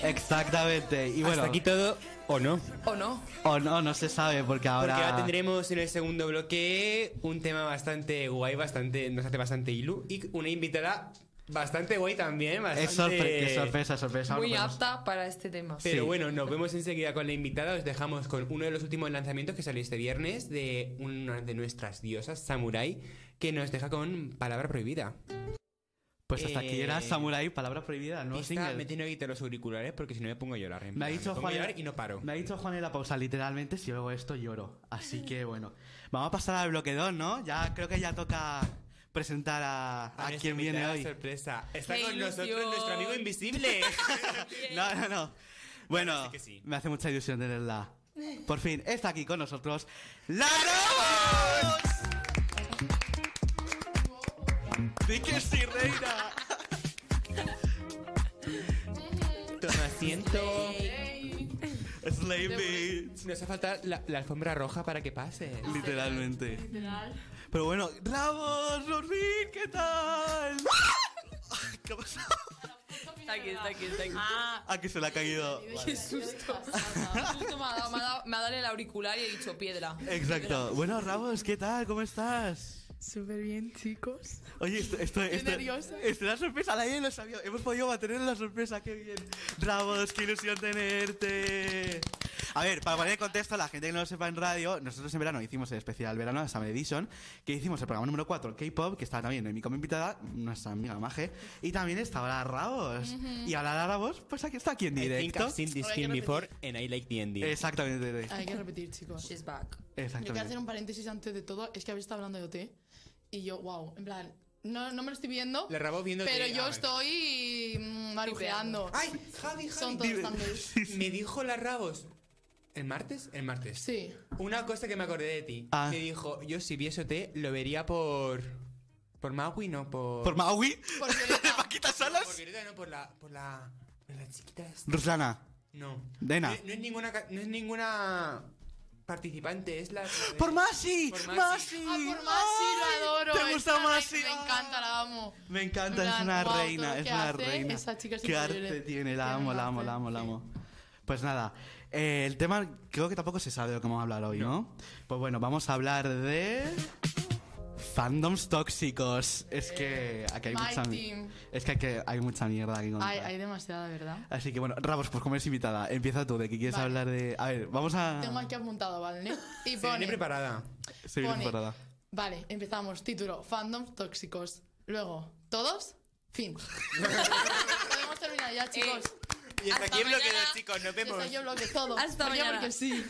[SPEAKER 1] Exactamente. Y bueno,
[SPEAKER 3] Hasta aquí todo, ¿o no?
[SPEAKER 4] ¿O no?
[SPEAKER 1] o no, no se sabe porque ahora.
[SPEAKER 3] Porque ahora tendremos en el segundo bloque un tema bastante guay, bastante nos hace bastante ilu y una invitada bastante guay también. Bastante...
[SPEAKER 1] Es sorpre- qué sorpresa, sorpresa. ahora
[SPEAKER 4] Muy
[SPEAKER 1] podemos-
[SPEAKER 4] apta para este tema.
[SPEAKER 3] Pero
[SPEAKER 1] Sí.
[SPEAKER 3] bueno, nos vemos enseguida con la invitada. Os dejamos con uno de los últimos lanzamientos que salió este viernes de una de nuestras diosas, Samurai, que nos deja con palabra prohibida.
[SPEAKER 1] Pues hasta aquí
[SPEAKER 3] Eh,
[SPEAKER 1] era Samurai, palabra prohibida, no
[SPEAKER 3] Pista,
[SPEAKER 1] single.
[SPEAKER 3] me tengo que quitar los auriculares porque si no me pongo a llorar. en
[SPEAKER 1] Me ha
[SPEAKER 3] plan,
[SPEAKER 1] dicho
[SPEAKER 3] pongo a
[SPEAKER 1] Juan-
[SPEAKER 3] llorar y no paro.
[SPEAKER 1] Me ha dicho Juan en la pausa, literalmente, si oigo esto lloro. Así que bueno, vamos a pasar al bloque 2, ¿no? Ya creo que ya toca presentar a, a,
[SPEAKER 3] nuestra
[SPEAKER 1] quien viene
[SPEAKER 3] invitada
[SPEAKER 1] hoy.
[SPEAKER 3] sorpresa. Está
[SPEAKER 4] ¡Qué
[SPEAKER 3] con nosotros
[SPEAKER 4] ilusión!
[SPEAKER 3] nuestro amigo invisible.
[SPEAKER 1] No, no, no. Bueno,
[SPEAKER 3] sí que sí.
[SPEAKER 1] me hace mucha ilusión tenerla. Por fin, está aquí con nosotros la Ramos. ¡Sí que sí, reina!
[SPEAKER 3] Toma asiento.
[SPEAKER 1] Slay bitch.
[SPEAKER 3] Nos ha faltado la, la alfombra roja para que pase.
[SPEAKER 1] Literalmente.
[SPEAKER 5] Literal.
[SPEAKER 1] Pero bueno, Ramos, por fin, ¿qué tal? ¿Qué ha pasado?
[SPEAKER 4] Está aquí, está aquí, está aquí.
[SPEAKER 5] Ah,
[SPEAKER 1] Ah, que se le ha caído.
[SPEAKER 5] qué susto.
[SPEAKER 4] Justo me ha dado, me ha dado- me ha dado en el auricular y he dicho piedra.
[SPEAKER 1] Exacto. Bueno, Ramos, ¿qué tal? ¿Cómo estás?
[SPEAKER 5] Súper bien, chicos.
[SPEAKER 1] Oye, esto, esto, esto,
[SPEAKER 5] nerviosa.
[SPEAKER 1] esto era sorpresa, nadie lo sabía. Hemos podido mantener la sorpresa, qué bien. Ramos, qué ilusión tenerte. A ver, para poner en contexto a la gente que no lo sepa en radio, nosotros en verano hicimos el especial verano de Summer Edition, que hicimos el programa número 4, el K-Pop, que estaba también en mi como invitada, nuestra amiga Maje, y también estaba la Ramos. Y ahora la Ramos, pues aquí está aquí en directo.
[SPEAKER 5] this film before
[SPEAKER 3] and I like
[SPEAKER 1] Exactamente,
[SPEAKER 5] Hay que repetir, chicos.
[SPEAKER 4] She's back.
[SPEAKER 5] Yo quiero hacer
[SPEAKER 1] exactamente.
[SPEAKER 5] un paréntesis antes de todo. Es que habéis estado hablando de OT. Y yo, wow, en plan, no, no me lo estoy viendo.
[SPEAKER 3] Le rabo viendo
[SPEAKER 5] Pero
[SPEAKER 3] que-
[SPEAKER 5] yo
[SPEAKER 3] ah,
[SPEAKER 5] estoy mm, marujeando.
[SPEAKER 3] Ay, Javi, Javi.
[SPEAKER 5] Son todos tan
[SPEAKER 3] Me dijo la Rabos. ¿El martes? El martes.
[SPEAKER 5] Sí.
[SPEAKER 3] Una cosa que me acordé de ti.
[SPEAKER 1] Ah.
[SPEAKER 3] Me dijo, yo si viese te lo vería por. Por Maui, no por.
[SPEAKER 1] Por Maui,
[SPEAKER 5] Por Violeta.
[SPEAKER 1] Paquita
[SPEAKER 3] Por
[SPEAKER 1] Salas,
[SPEAKER 3] Violeta, no por la. Por la. Por la chiquita esta.
[SPEAKER 1] Ruslana,
[SPEAKER 3] No.
[SPEAKER 1] Dena.
[SPEAKER 3] No, no es ninguna. ca- No es ninguna. Participante, es la.
[SPEAKER 1] Por Masi,
[SPEAKER 3] Por Masi.
[SPEAKER 1] Masi.
[SPEAKER 5] Ah, por Masi, la
[SPEAKER 1] Ay,
[SPEAKER 5] adoro.
[SPEAKER 1] ¿Te gusta
[SPEAKER 5] Esta
[SPEAKER 1] Masi?
[SPEAKER 5] Me encanta, la amo.
[SPEAKER 1] Me
[SPEAKER 5] En
[SPEAKER 1] encanta, es
[SPEAKER 5] plan,
[SPEAKER 1] una
[SPEAKER 5] guau, todo lo
[SPEAKER 1] reina, es
[SPEAKER 5] que
[SPEAKER 1] una
[SPEAKER 5] hace,
[SPEAKER 1] reina.
[SPEAKER 5] esa chica es
[SPEAKER 1] Qué arte
[SPEAKER 5] increíble.
[SPEAKER 1] tiene, la
[SPEAKER 5] Tiene
[SPEAKER 1] amo,
[SPEAKER 5] un
[SPEAKER 1] la amo,
[SPEAKER 5] arte,
[SPEAKER 1] la amo, la
[SPEAKER 5] sí.
[SPEAKER 1] amo. Pues nada, eh, el tema creo que tampoco se sabe de cómo hablar hoy, ¿no? Pues bueno, vamos a hablar de fandoms tóxicos. Es que aquí hay
[SPEAKER 5] my
[SPEAKER 1] mucha mi-
[SPEAKER 5] team.
[SPEAKER 1] es que aquí hay mucha mierda aquí contar.
[SPEAKER 5] Hay, hay demasiada, ¿verdad?
[SPEAKER 1] Así que bueno, Ramos, pues como eres invitada, empieza tú, de que quieres
[SPEAKER 5] Vale.
[SPEAKER 1] hablar de... A ver, vamos a...
[SPEAKER 5] Tengo aquí apuntado, ¿vale? Y
[SPEAKER 3] Se viene
[SPEAKER 5] pone...
[SPEAKER 3] preparada.
[SPEAKER 1] Se viene
[SPEAKER 5] pone-
[SPEAKER 1] preparada.
[SPEAKER 5] Vale, empezamos. Título, fandoms tóxicos. Luego, todos, fin. Podemos terminar ya, chicos.
[SPEAKER 6] Y hasta,
[SPEAKER 4] Hasta
[SPEAKER 6] aquí el bloqueo,
[SPEAKER 4] mañana.
[SPEAKER 6] chicos. Nos vemos.
[SPEAKER 5] Hasta yo bloqueo todo.
[SPEAKER 4] Hasta
[SPEAKER 5] ¿Por qué?
[SPEAKER 4] mañana.
[SPEAKER 5] Porque sí.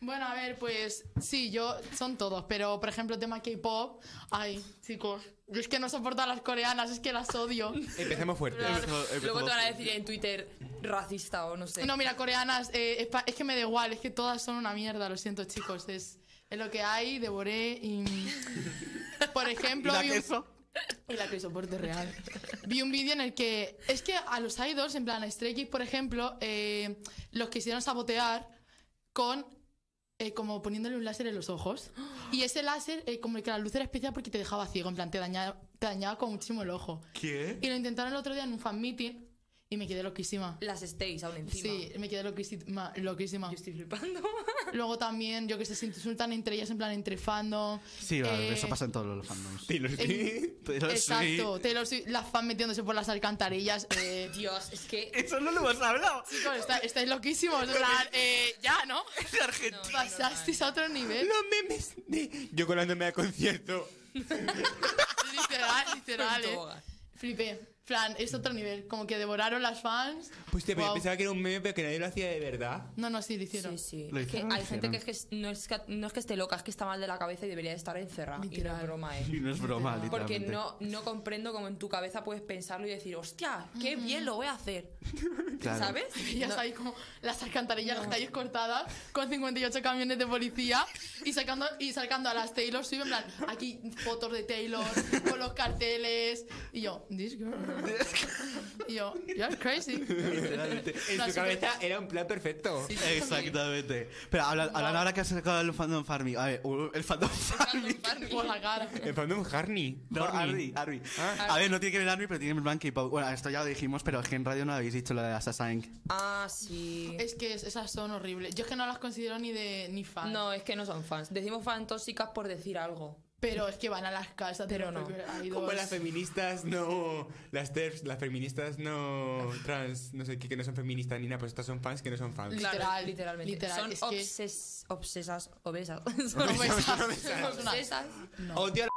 [SPEAKER 5] Bueno, a ver, pues sí, yo son todos, pero por ejemplo, tema K-pop. Ay, chicos, yo es que no soporto a las coreanas, es que las odio.
[SPEAKER 3] Empecemos fuerte.
[SPEAKER 4] Pero
[SPEAKER 1] Empezó- empezó
[SPEAKER 4] Luego te van a
[SPEAKER 1] fuerte.
[SPEAKER 4] decir en Twitter racista o no sé.
[SPEAKER 5] No, mira, coreanas, eh, espa- es que me da igual, es que todas son una mierda, lo siento, chicos. Es, es lo que hay, devoré y. Por ejemplo,
[SPEAKER 1] ¿Y la
[SPEAKER 5] vi un-
[SPEAKER 1] queso?
[SPEAKER 5] y la que soporte real. Vi un vídeo en el que. Es que a los idols, en plan a Stray Kids, por ejemplo, eh, los quisieron sabotear con. eh, como poniéndole un láser en los ojos. Y ese láser, eh, como que la luz era especial porque te dejaba ciego, en plan, te dañaba, te dañaba como muchísimo el ojo.
[SPEAKER 1] ¿Qué?
[SPEAKER 5] Y lo intentaron el otro día en un fan meeting y me quedé loquísima.
[SPEAKER 4] Las estéis aún encima.
[SPEAKER 5] Sí, me quedé loquísima. loquísima.
[SPEAKER 4] Yo estoy flipando.
[SPEAKER 5] Luego también, yo que sé, se insultan entre ellas, en plan, entre fandom.
[SPEAKER 1] Sí, vale,
[SPEAKER 5] eh,
[SPEAKER 1] eso pasa en todos los fandoms.
[SPEAKER 3] Taylor Swift.
[SPEAKER 1] Taylor
[SPEAKER 5] Exacto,
[SPEAKER 1] Swift.
[SPEAKER 5] Taylor Swift, las fans metiéndose por las alcantarillas. Eh,
[SPEAKER 4] Dios, es que.
[SPEAKER 1] Eso no lo hemos hablado.
[SPEAKER 5] Chicos, está- estáis loquísimos. en plan, eh, ya, ¿no?
[SPEAKER 1] Es argentino.
[SPEAKER 4] no, no,
[SPEAKER 5] Pasasteis a otro nivel.
[SPEAKER 3] Los memes de... Yo colándome al concierto.
[SPEAKER 5] Literal, literal.
[SPEAKER 4] no,
[SPEAKER 5] eh.
[SPEAKER 4] no, no.
[SPEAKER 5] Flipé. Fran, es otro nivel. Como que devoraron las fans.
[SPEAKER 3] Pues te
[SPEAKER 5] Guau.
[SPEAKER 3] pensaba que era un meme, pero que nadie lo hacía de verdad.
[SPEAKER 5] No, no, sí, lo hicieron.
[SPEAKER 4] Sí, sí.
[SPEAKER 1] Lo
[SPEAKER 4] Es que
[SPEAKER 1] hicieron, lo
[SPEAKER 4] hay gente que, es
[SPEAKER 1] hicieron.
[SPEAKER 4] que es- no, es que no es que esté loca, es que está mal de la cabeza y debería de estar encerrada. Y no
[SPEAKER 5] Literal.
[SPEAKER 4] es broma, eh.
[SPEAKER 1] Y no es broma, Ah, literalmente.
[SPEAKER 4] Porque no, no comprendo cómo en tu cabeza puedes pensarlo y decir, hostia, qué bien lo voy a hacer.
[SPEAKER 1] Claro.
[SPEAKER 4] ¿Sabes?
[SPEAKER 5] Ellas
[SPEAKER 4] No,
[SPEAKER 5] ahí como las alcantarillas, las calles cortadas, con 58 camiones de policía y sacando, y sacando a las Taylor Swift, en plan, aquí fotos de Taylor, con los carteles. Y yo, this girl. Y yo, you're crazy.
[SPEAKER 1] Literalmente.
[SPEAKER 3] En
[SPEAKER 5] No,
[SPEAKER 3] su
[SPEAKER 5] sí,
[SPEAKER 3] cabeza era un plan perfecto.
[SPEAKER 1] Exactamente. Pero hablan, hablan ahora que has sacado el fandom farming. A ver, uh, el fandom farming.
[SPEAKER 5] Por la cara.
[SPEAKER 3] En fandom Harney.
[SPEAKER 1] No,
[SPEAKER 3] Horny.
[SPEAKER 1] Arby, Arby.
[SPEAKER 3] Ah.
[SPEAKER 1] A ver, no tiene que ver Arby, pero tiene que ver Blanca y Pau. Bueno, esto ya lo dijimos, pero es que en radio no habéis dicho lo de Assassin.
[SPEAKER 4] Ah, sí.
[SPEAKER 5] Es que es- esas son horribles. Yo es que no las considero ni de ni fan.
[SPEAKER 4] No, es que no son fans. Decimos fan tóxicas por decir algo.
[SPEAKER 5] Pero es que van a las casas. de
[SPEAKER 4] Pero
[SPEAKER 5] los
[SPEAKER 4] no.
[SPEAKER 5] propios
[SPEAKER 3] Como
[SPEAKER 5] idols.
[SPEAKER 3] las feministas no. Las TERFs, las feministas no. Trans, no sé qué, que no son feministas ni nada, pues estas son fans que no son fans.
[SPEAKER 5] Literal,
[SPEAKER 4] Claro, literalmente.
[SPEAKER 5] literal,
[SPEAKER 4] son
[SPEAKER 5] es que-
[SPEAKER 4] obses- obsesas, obesas. Son
[SPEAKER 5] Obesas.
[SPEAKER 4] obsesas.
[SPEAKER 5] No.
[SPEAKER 3] Odio a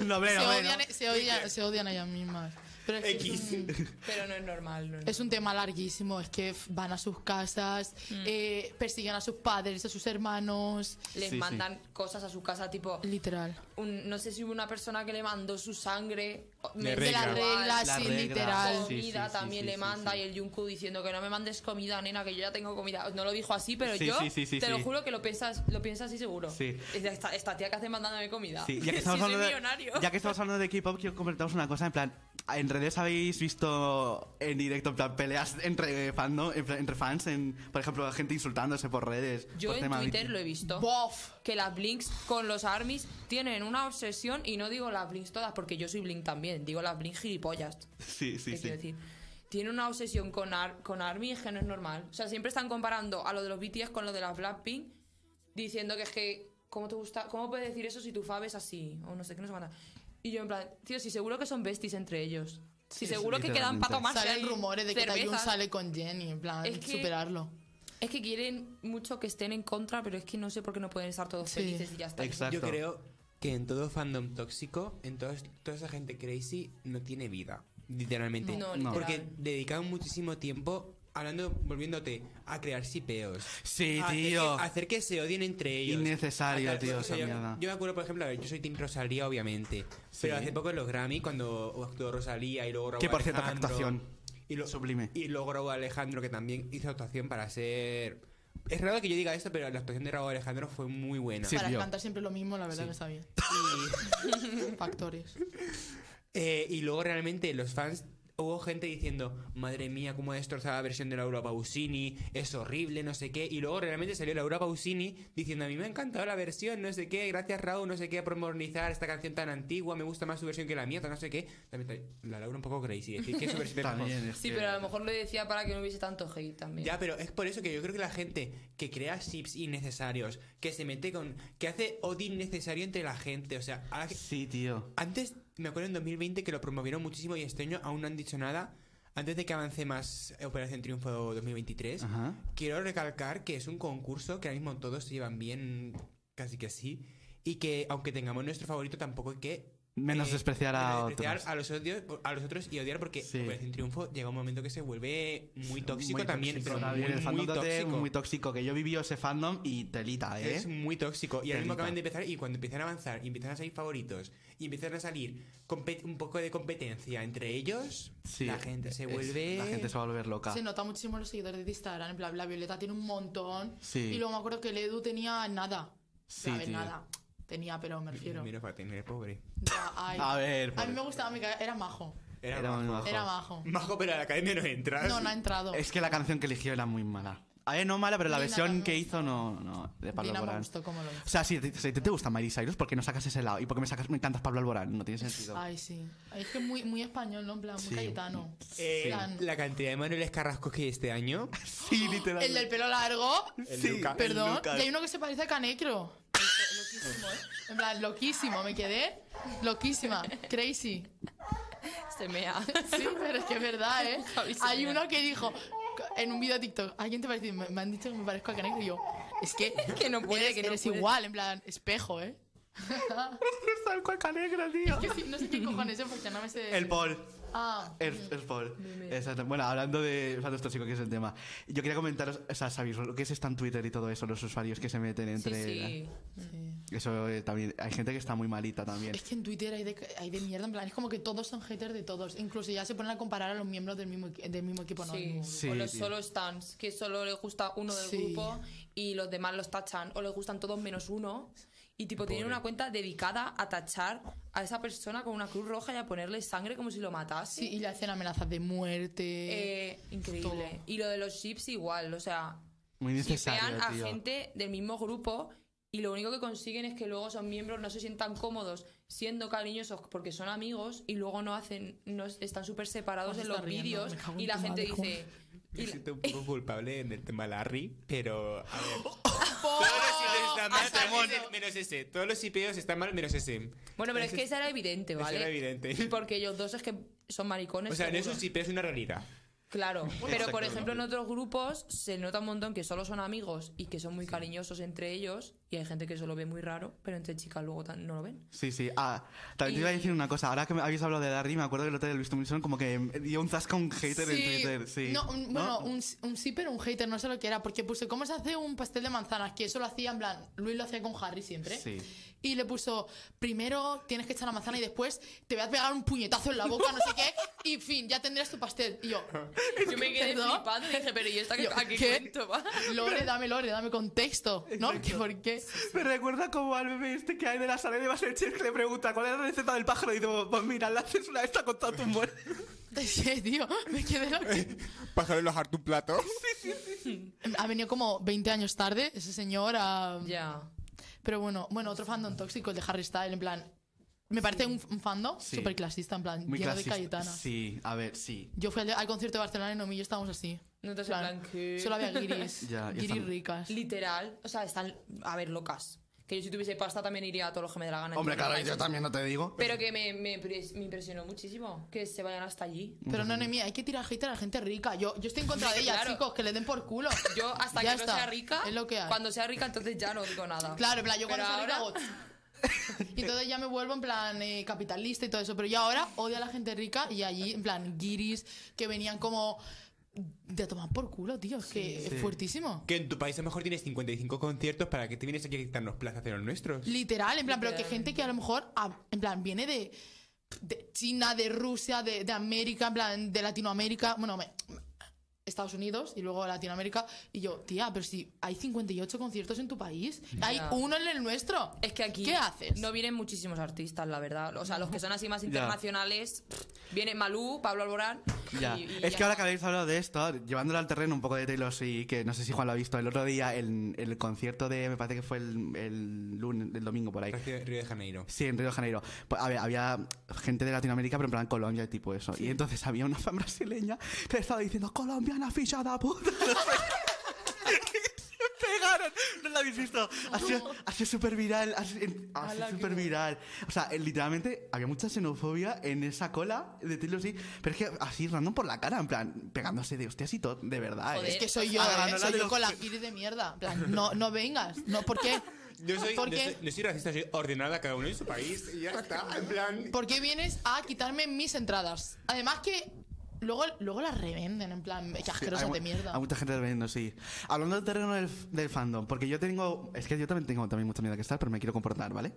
[SPEAKER 1] No, hombre,
[SPEAKER 5] Se
[SPEAKER 1] no, hombre, no.
[SPEAKER 5] odian, se, odian, se odian ellas mismas. Pero es que
[SPEAKER 3] X.
[SPEAKER 5] es un-
[SPEAKER 4] Pero no es normal. no es
[SPEAKER 5] Es un tema larguísimo, es que f- van a sus casas,
[SPEAKER 4] Mm.
[SPEAKER 5] eh, persiguen a sus padres, a sus hermanos,
[SPEAKER 4] les
[SPEAKER 1] Sí, sí.
[SPEAKER 4] mandan cosas a su casa, tipo,
[SPEAKER 5] literal.
[SPEAKER 4] un- no sé si hubo una persona que le mandó su sangre. o-
[SPEAKER 3] De
[SPEAKER 4] me-
[SPEAKER 5] De
[SPEAKER 3] regla.
[SPEAKER 5] las reglas,
[SPEAKER 1] La
[SPEAKER 5] sí,
[SPEAKER 1] regla,
[SPEAKER 5] literal.
[SPEAKER 1] sí.
[SPEAKER 4] Comida también
[SPEAKER 1] sí,
[SPEAKER 4] le
[SPEAKER 1] sí,
[SPEAKER 4] manda
[SPEAKER 1] sí.
[SPEAKER 4] y el Junku diciendo que no me mandes comida, nena, que yo ya tengo comida. No lo dijo así, pero
[SPEAKER 1] Sí,
[SPEAKER 4] yo
[SPEAKER 1] sí, sí, sí,
[SPEAKER 4] te lo
[SPEAKER 1] sí.
[SPEAKER 4] juro que lo piensas, lo piensas así seguro.
[SPEAKER 1] Sí.
[SPEAKER 4] Es de Esta, esta tía que hace mandándome comida.
[SPEAKER 1] Sí, ya que
[SPEAKER 4] Si
[SPEAKER 1] estamos
[SPEAKER 4] Ah. soy
[SPEAKER 1] hablando de,
[SPEAKER 4] millonario.
[SPEAKER 1] ya que estamos hablando de K-pop, quiero comentaros una cosa. En plan, en redes habéis visto en directo en plan, peleas entre, fandom, en plan, entre fans, en, por ejemplo, gente insultándose por redes.
[SPEAKER 4] Yo
[SPEAKER 1] por
[SPEAKER 4] en
[SPEAKER 1] tema-
[SPEAKER 4] Twitter lo he visto.
[SPEAKER 5] ¡Bof!
[SPEAKER 4] que las Blinks con los ARMYs tienen una obsesión y no digo las Blinks todas porque yo soy Blink también, digo las Blinks gilipollas.
[SPEAKER 1] Sí, sí,
[SPEAKER 4] ¿Qué Eh, quiero
[SPEAKER 1] sí.
[SPEAKER 4] decir? Tiene una obsesión con, Ar- con ARMY es que no es normal. O sea, siempre están comparando a lo de los BTS con lo de las Blackpink diciendo que es que ¿cómo te gusta? ¿Cómo puedes decir eso si tu fave es así o no sé qué no se manda? Y yo en plan, tío, si seguro que son besties entre ellos.
[SPEAKER 1] Sí,
[SPEAKER 4] Si seguro que quedan
[SPEAKER 1] literalmente.
[SPEAKER 4] para tomarse ahí
[SPEAKER 5] Salen rumores de que Taeyun
[SPEAKER 4] cervezas.
[SPEAKER 5] sale con Jenny, en plan,
[SPEAKER 4] Es que-
[SPEAKER 5] superarlo.
[SPEAKER 4] Es que quieren mucho que estén en contra, pero es que no sé por qué no pueden estar todos
[SPEAKER 5] Sí.
[SPEAKER 4] felices y ya está.
[SPEAKER 1] Exacto.
[SPEAKER 3] Yo creo que en todo fandom tóxico, en todas- toda esa gente crazy no tiene vida, literalmente.
[SPEAKER 4] No, No.
[SPEAKER 3] Porque
[SPEAKER 4] literal.
[SPEAKER 3] dedican muchísimo tiempo hablando, volviéndote a crear sipeos.
[SPEAKER 1] Sí,
[SPEAKER 3] a
[SPEAKER 4] Ah,
[SPEAKER 3] hacer
[SPEAKER 1] tío.
[SPEAKER 3] que- a hacer que se odien entre ellos.
[SPEAKER 1] Innecesario,
[SPEAKER 3] A crear-
[SPEAKER 1] tío,
[SPEAKER 3] o sea,
[SPEAKER 1] esa
[SPEAKER 3] yo,
[SPEAKER 1] mierda.
[SPEAKER 3] yo me acuerdo, por ejemplo, a ver, yo soy Team Rosalía, obviamente. Pero hace poco en los Grammy, cuando actuó Rosalía y luego Raúl
[SPEAKER 1] Que, por cierto, qué
[SPEAKER 3] Alejandro,
[SPEAKER 1] actuación
[SPEAKER 3] Y lo-
[SPEAKER 1] sublime.
[SPEAKER 3] y luego Raúl Alejandro, que también hizo actuación para ser. Es raro que yo diga esto, pero la actuación de Raúl Alejandro fue muy buena.
[SPEAKER 1] Sí,
[SPEAKER 5] Para
[SPEAKER 1] tío.
[SPEAKER 5] cantar siempre lo mismo, la verdad
[SPEAKER 3] Sí.
[SPEAKER 5] que está bien.
[SPEAKER 3] Y,
[SPEAKER 5] Factores.
[SPEAKER 3] eh, y luego realmente los fans. Hubo gente diciendo, madre mía, cómo ha destrozado la versión de Laura Pausini, es horrible, no sé qué. Y luego realmente salió Laura Pausini diciendo, a mí me ha encantado la versión, no sé qué, gracias Raúl, no sé qué, por modernizar esta canción tan antigua, me gusta más su versión que la mía, tal, no sé qué. También está- la Laura un poco crazy, decir que su versión es mejor.
[SPEAKER 1] También es
[SPEAKER 4] Sí,
[SPEAKER 1] que-
[SPEAKER 4] pero a lo mejor lo decía para que no hubiese tanto hate también.
[SPEAKER 3] Ya, pero es por eso que yo creo que la gente que crea chips innecesarios, que se mete con. que hace odio innecesario entre la gente. O sea, ahora que-
[SPEAKER 1] Sí, tío.
[SPEAKER 3] antes, me acuerdo en 2020 que lo promovieron muchísimo y este año aún no han dicho nada. Antes de que avance más Operación Triunfo 2023,
[SPEAKER 1] Ajá.
[SPEAKER 3] quiero recalcar que es un concurso que ahora mismo todos se llevan bien, casi que sí. Y que aunque tengamos nuestro favorito, tampoco hay que
[SPEAKER 1] Menospreciar a
[SPEAKER 3] menospreciar
[SPEAKER 1] otros.
[SPEAKER 3] a los, odios- a los otros y odiar porque
[SPEAKER 1] Sí.
[SPEAKER 3] Operación Triunfo llega un momento que se vuelve muy tóxico también, pero
[SPEAKER 1] También
[SPEAKER 3] muy,
[SPEAKER 1] el
[SPEAKER 3] muy
[SPEAKER 1] fandom de-
[SPEAKER 3] tóxico.
[SPEAKER 1] muy tóxico, que yo viví ese fandom y telita, ¿eh?
[SPEAKER 3] Es muy tóxico. Y ahora
[SPEAKER 1] Telita.
[SPEAKER 3] mismo acaban de empezar y cuando empiezan a avanzar y empiezan a salir favoritos y empiezan a salir compe- un poco de competencia entre ellos,
[SPEAKER 1] Sí.
[SPEAKER 3] la gente se
[SPEAKER 1] Es-
[SPEAKER 3] vuelve...
[SPEAKER 1] La gente se va a volver loca.
[SPEAKER 5] Se nota muchísimo los seguidores de Instagram. En plan, la Violeta tiene un montón.
[SPEAKER 1] Sí.
[SPEAKER 5] Y luego me acuerdo que el Edu tenía nada.
[SPEAKER 1] Sí,
[SPEAKER 5] a ver,
[SPEAKER 1] tío.
[SPEAKER 5] nada. Tenía, pero me refiero.
[SPEAKER 3] Mira, Fatima, eres pobre.
[SPEAKER 5] Ya, ay.
[SPEAKER 1] A ver,
[SPEAKER 5] A mí me
[SPEAKER 1] pobre.
[SPEAKER 5] gustaba, me ca- era majo.
[SPEAKER 3] Era,
[SPEAKER 1] Era muy
[SPEAKER 3] majo.
[SPEAKER 1] majo.
[SPEAKER 5] Era majo.
[SPEAKER 3] Majo, pero a la academia no entras.
[SPEAKER 5] No, no ha entrado.
[SPEAKER 1] Es que la canción que eligió era muy mala. A ver, no mala, pero la
[SPEAKER 5] Dina
[SPEAKER 1] versión
[SPEAKER 5] también.
[SPEAKER 1] que hizo no, no, de Pablo
[SPEAKER 5] Dina me
[SPEAKER 1] Alborán.
[SPEAKER 5] gustó como lo hizo.
[SPEAKER 1] O sea, si te, si te gusta Miley Cyrus, ¿por qué no sacas ese lado? ¿Y por qué me, sacas, me cantas Pablo Alborán? No tiene sentido.
[SPEAKER 5] Ay, sí. Ay, Es que muy, muy español, ¿no? En plan, muy
[SPEAKER 1] Sí.
[SPEAKER 5] cayetano.
[SPEAKER 3] Eh,
[SPEAKER 5] En plan,
[SPEAKER 3] La cantidad de Manuel Carrascos que hay este año.
[SPEAKER 1] Sí, literal.
[SPEAKER 5] El del pelo largo.
[SPEAKER 3] El
[SPEAKER 1] Sí,
[SPEAKER 3] Luca-
[SPEAKER 5] Perdón.
[SPEAKER 1] Lucas.
[SPEAKER 5] Y hay uno que se parece a Canecro. Loquísimo, ¿eh? En plan, loquísimo. Me quedé loquísima. Crazy.
[SPEAKER 4] Se mea.
[SPEAKER 5] Sí, pero es que es verdad, ¿eh?
[SPEAKER 4] Javi se
[SPEAKER 5] Hay
[SPEAKER 4] mea.
[SPEAKER 5] uno que dijo en un video TikTok, ¿a quién te parece? Me, me han dicho que me parezco a Canecro y yo, es que,
[SPEAKER 4] Que no puede,
[SPEAKER 5] eres,
[SPEAKER 4] que no
[SPEAKER 5] eres
[SPEAKER 4] puede.
[SPEAKER 5] igual, en plan, espejo, ¿eh?
[SPEAKER 1] Tal cual Canegra, tío.
[SPEAKER 5] Que sí, no sé qué cojones es porque no me sé...
[SPEAKER 1] El Eh. Paul.
[SPEAKER 5] Ah,
[SPEAKER 1] El, el
[SPEAKER 4] Me
[SPEAKER 1] Paul.
[SPEAKER 4] meo.
[SPEAKER 1] Exacto. Bueno, hablando de Santos Tóxico, que es el tema. Yo quería comentaros, o sea, sabéis lo que es está en Twitter y todo eso, los usuarios que se meten
[SPEAKER 4] Sí,
[SPEAKER 1] entre.
[SPEAKER 4] sí.
[SPEAKER 5] sí.
[SPEAKER 1] Eso eh, también. Hay gente que está muy malita también.
[SPEAKER 5] Es que en Twitter hay de, hay de mierda, en plan, es como que todos son haters de todos. Incluso ya se ponen a comparar a los miembros del mismo, equi- del mismo equipo, no, del
[SPEAKER 4] Sí.
[SPEAKER 5] mismo grupo.
[SPEAKER 1] Sí,
[SPEAKER 4] o los
[SPEAKER 1] tío.
[SPEAKER 4] solo stans, que solo le gusta uno del
[SPEAKER 5] Sí.
[SPEAKER 4] grupo y los demás los tachan, o les gustan todos menos uno. Y tipo, tienen una cuenta dedicada a tachar a esa persona con una cruz roja y a ponerle sangre como si lo matase.
[SPEAKER 5] Sí, y le hacen amenazas de muerte.
[SPEAKER 4] Eh, increíble.
[SPEAKER 5] todo.
[SPEAKER 4] Y lo de los chips igual, o sea,
[SPEAKER 1] Muy necesario,
[SPEAKER 4] vean a
[SPEAKER 1] tío.
[SPEAKER 4] gente del mismo grupo y lo único que consiguen es que luego esos miembros no se sientan cómodos siendo cariñosos porque son amigos y luego no hacen, no es- están súper separados
[SPEAKER 5] Vamos a
[SPEAKER 4] en los
[SPEAKER 5] estar riendo,
[SPEAKER 4] vídeos
[SPEAKER 5] me cago en
[SPEAKER 4] y la
[SPEAKER 5] tu
[SPEAKER 4] gente
[SPEAKER 5] madre,
[SPEAKER 4] dice... y
[SPEAKER 3] Me
[SPEAKER 4] la-
[SPEAKER 3] siento un poco culpable en el tema Larry, pero... A ver.
[SPEAKER 4] Oh,
[SPEAKER 5] ¡Po!
[SPEAKER 3] Todos los hipeos están mal,
[SPEAKER 5] Ha salido.
[SPEAKER 3] menos, menos ese. Todos los hipeos están mal, menos ese.
[SPEAKER 4] Bueno, pero es que
[SPEAKER 3] Ese-
[SPEAKER 4] esa era evidente,
[SPEAKER 3] ese
[SPEAKER 4] ¿vale?
[SPEAKER 3] era evidente.
[SPEAKER 4] Porque ellos dos es que son maricones.
[SPEAKER 3] O sea, no es
[SPEAKER 4] seguro.
[SPEAKER 3] un hipeo, es una realidad.
[SPEAKER 4] Claro, pero
[SPEAKER 1] Exacto.
[SPEAKER 4] por ejemplo en otros grupos se nota un montón que solo son amigos y que son muy cariñosos entre ellos y hay gente que eso lo ve muy raro, pero entre chicas luego tan- no lo ven.
[SPEAKER 1] Sí, sí. Ah, también te iba a decir una cosa. Ahora que me habéis hablado de Larry, me acuerdo que el otro día Luis Tomlinson como que dio un zasca a un hater en Twitter. Sí.
[SPEAKER 5] No, un- bueno, un, un sí, pero un hater, no sé lo que era, porque puso, ¿cómo se hace un pastel de manzanas? Que eso lo hacía, en plan, Luis lo hacía con Harry siempre.
[SPEAKER 1] Sí.
[SPEAKER 5] Y le puso, primero tienes que echar la manzana y después te voy a pegar un puñetazo en la boca, no sé qué, y fin, ya tendrás tu pastel. Y yo,
[SPEAKER 4] Yo me quedé
[SPEAKER 5] ¿Perdón?
[SPEAKER 4] flipando y dije, pero ¿y esta que,
[SPEAKER 5] Yo,
[SPEAKER 4] a qué,
[SPEAKER 5] ¿qué?
[SPEAKER 4] cuento va?
[SPEAKER 5] Lore, dame Lore, dame contexto, ¿no? ¿Que ¿Por qué?
[SPEAKER 1] Me recuerda como al bebé este que hay de la sala de Masterchef que le pregunta cuál es la receta del pájaro y digo, pues mira, la haces una esta con todo tu humor.
[SPEAKER 5] Sí, tío, me quedé loca.
[SPEAKER 3] Pájaro en tu plato.
[SPEAKER 5] Ha venido como 20 años tarde ese señor a...
[SPEAKER 4] Ya.
[SPEAKER 5] Pero bueno, bueno, otro fandom tóxico, el de Harry Styles, en plan... Me parece un, un fandom
[SPEAKER 1] Sí.
[SPEAKER 5] súper clasista, en plan, lleno de Cayetana.
[SPEAKER 1] Sí, a ver, sí.
[SPEAKER 5] Yo fui al, al concierto de Barcelona y no y yo estábamos así.
[SPEAKER 4] Nosotros
[SPEAKER 5] Plan,
[SPEAKER 4] en plan, ¿qué?
[SPEAKER 5] Solo había guiris.
[SPEAKER 1] Ya, y
[SPEAKER 5] guiris
[SPEAKER 1] están-
[SPEAKER 5] ricas.
[SPEAKER 4] Literal, o sea, están, a ver, locas. Que yo si tuviese pasta también iría a todos los que me dé la gana.
[SPEAKER 1] Hombre,
[SPEAKER 4] Entonces,
[SPEAKER 1] claro, yo también no te digo.
[SPEAKER 4] Pero que me, me impres- me impresionó muchísimo que se vayan hasta allí.
[SPEAKER 5] Pero no, Nemi, hay que tirar hate a la gente rica. Yo, yo estoy en contra de ella,
[SPEAKER 4] Claro.
[SPEAKER 5] chicos, que le den por culo.
[SPEAKER 4] Yo hasta
[SPEAKER 5] Ya
[SPEAKER 4] que
[SPEAKER 5] está,
[SPEAKER 4] no sea rica,
[SPEAKER 5] es lo que hay.
[SPEAKER 4] cuando sea rica entonces ya no digo nada.
[SPEAKER 5] Claro, en plan, yo cuando
[SPEAKER 4] Pero
[SPEAKER 5] soy rica
[SPEAKER 4] ahora-
[SPEAKER 5] hago- Y entonces ya me vuelvo en plan eh, capitalista y todo eso. Pero yo ahora odio a la gente rica y allí, en plan, guiris que venían como. De a tomar por culo, tío. Es que
[SPEAKER 1] sí.
[SPEAKER 5] es fuertísimo.
[SPEAKER 3] Que en tu país a lo mejor tienes 55 conciertos para que te vienes aquí a quitarnos plazas de los nuestros.
[SPEAKER 5] Literal, en plan, pero que
[SPEAKER 4] Literalmente.
[SPEAKER 5] gente que a lo mejor, a- en plan, viene de, de China, de Rusia, de, de América, en plan, de Latinoamérica, bueno, me- Estados Unidos y luego Latinoamérica. Y yo, tía, pero si hay 58 conciertos en tu país, hay
[SPEAKER 4] Ya.
[SPEAKER 5] uno en el nuestro.
[SPEAKER 4] Es que aquí
[SPEAKER 5] ¿Qué haces?
[SPEAKER 4] no vienen muchísimos artistas, la verdad. O sea, los que son así más internacionales, pff, vienen Malú, Pablo Alborán.
[SPEAKER 1] Ya.
[SPEAKER 4] y- y
[SPEAKER 1] es
[SPEAKER 4] ya.
[SPEAKER 1] que ahora que habéis hablado de esto, llevándolo al terreno un poco de Taylor Swift, que no sé si Juan lo ha visto, el otro día, el, el concierto de, me parece que fue el, el lunes, el domingo por ahí.
[SPEAKER 3] Río Río de Janeiro.
[SPEAKER 1] Sí, en Río de Janeiro. Pues, a ver, había gente de Latinoamérica, pero en plan Colombia y tipo eso. Y entonces había una fan brasileña que le estaba diciendo, colombiana fichada, puta. No sé. Pegaron, no lo habéis visto. Ha sido ha sido súper viral. Ha sido ha sido súper viral. O sea, eh, literalmente había mucha xenofobia en esa cola de Taylor Swift, pero es que así random por la cara, en plan pegándose de hostias y todo, de verdad.
[SPEAKER 4] Joder.
[SPEAKER 1] ¿eh?
[SPEAKER 5] Es que soy yo,
[SPEAKER 1] Ah,
[SPEAKER 5] ¿eh?
[SPEAKER 1] no, la
[SPEAKER 5] soy
[SPEAKER 1] de
[SPEAKER 5] yo
[SPEAKER 1] los-
[SPEAKER 5] con la guiris de mierda. En plan, no, no vengas. No, ¿por qué?
[SPEAKER 3] No soy,
[SPEAKER 5] ¿Por
[SPEAKER 3] no
[SPEAKER 5] qué?
[SPEAKER 3] soy- no soy racista, soy ordenada cada uno en su país y ya está. En plan.
[SPEAKER 5] ¿Por qué vienes a quitarme mis entradas? Además que luego, luego las revenden, en plan, qué asquerosas
[SPEAKER 1] hay mu-
[SPEAKER 5] de mierda.
[SPEAKER 1] Hay mucha gente reviendo, sí. Hablando del terreno del, del fandom, porque yo tengo. Es que yo también tengo también mucha mierda que estar, pero me quiero comportar, ¿vale?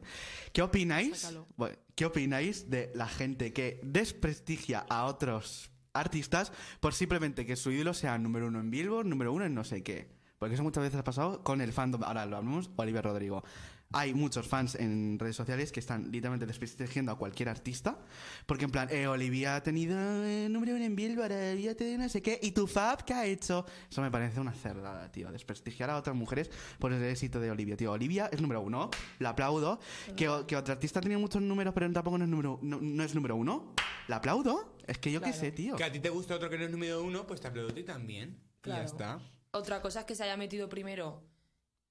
[SPEAKER 1] ¿Qué opináis?
[SPEAKER 5] Sácalo.
[SPEAKER 1] Bueno, ¿Qué opináis de la gente que desprestigia a otros artistas por simplemente que su ídolo sea número uno en Billboard, número uno en no sé qué? Porque eso muchas veces ha pasado con el fandom. Ahora lo hablamos, Oliver Rodrigo. Hay muchos fans en redes sociales que están literalmente desprestigiando a cualquier artista. Porque en plan, eh, Olivia ha tenido eh, número uno en Billboard, eh, ya te no sé qué, y tu Fab, ¿qué ha hecho? Eso me parece una cerdada, tío. Desprestigiar a otras mujeres por el éxito de Olivia, tío. Olivia es número uno, la aplaudo. Que, o- que otro artista ha tenido muchos números, pero tampoco no es número, no, no es número uno, la aplaudo. Es que yo qué sé, tío.
[SPEAKER 3] Que a ti te gusta otro que no es número uno, pues te aplaudo a ti también. Y
[SPEAKER 4] Claro.
[SPEAKER 3] ya está.
[SPEAKER 4] Otra cosa es que se haya metido primero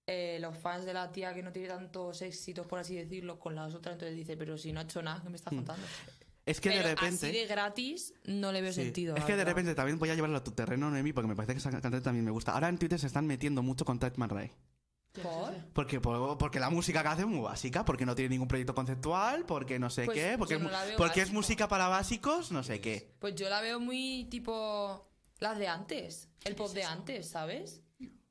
[SPEAKER 4] eh, los fans de la tía que no tiene tantos éxitos, por así decirlo, con las otras. Entonces dice, pero si no ha hecho nada, ¿qué me estás contando?
[SPEAKER 1] Hmm. Es que de
[SPEAKER 4] Pero
[SPEAKER 1] repente.
[SPEAKER 4] Así de gratis no le veo
[SPEAKER 1] Sí.
[SPEAKER 4] sentido.
[SPEAKER 1] Es
[SPEAKER 4] la
[SPEAKER 1] que de
[SPEAKER 4] verdad.
[SPEAKER 1] repente también voy a llevarlo a tu terreno, Noemi, porque me parece que esa cantante también me gusta. Ahora en Twitter se están metiendo mucho con Tatman Ray.
[SPEAKER 4] ¿Por?
[SPEAKER 1] Porque, por- porque la música que hace es muy básica, porque no tiene ningún proyecto conceptual, porque no sé
[SPEAKER 4] Pues
[SPEAKER 1] qué, porque,
[SPEAKER 4] yo
[SPEAKER 1] es,
[SPEAKER 4] no
[SPEAKER 1] mu-
[SPEAKER 4] la veo
[SPEAKER 1] porque es
[SPEAKER 4] básica.
[SPEAKER 1] música para básicos, no sé qué.
[SPEAKER 4] Pues yo la veo muy tipo las de antes, el pop de antes, ¿sabes?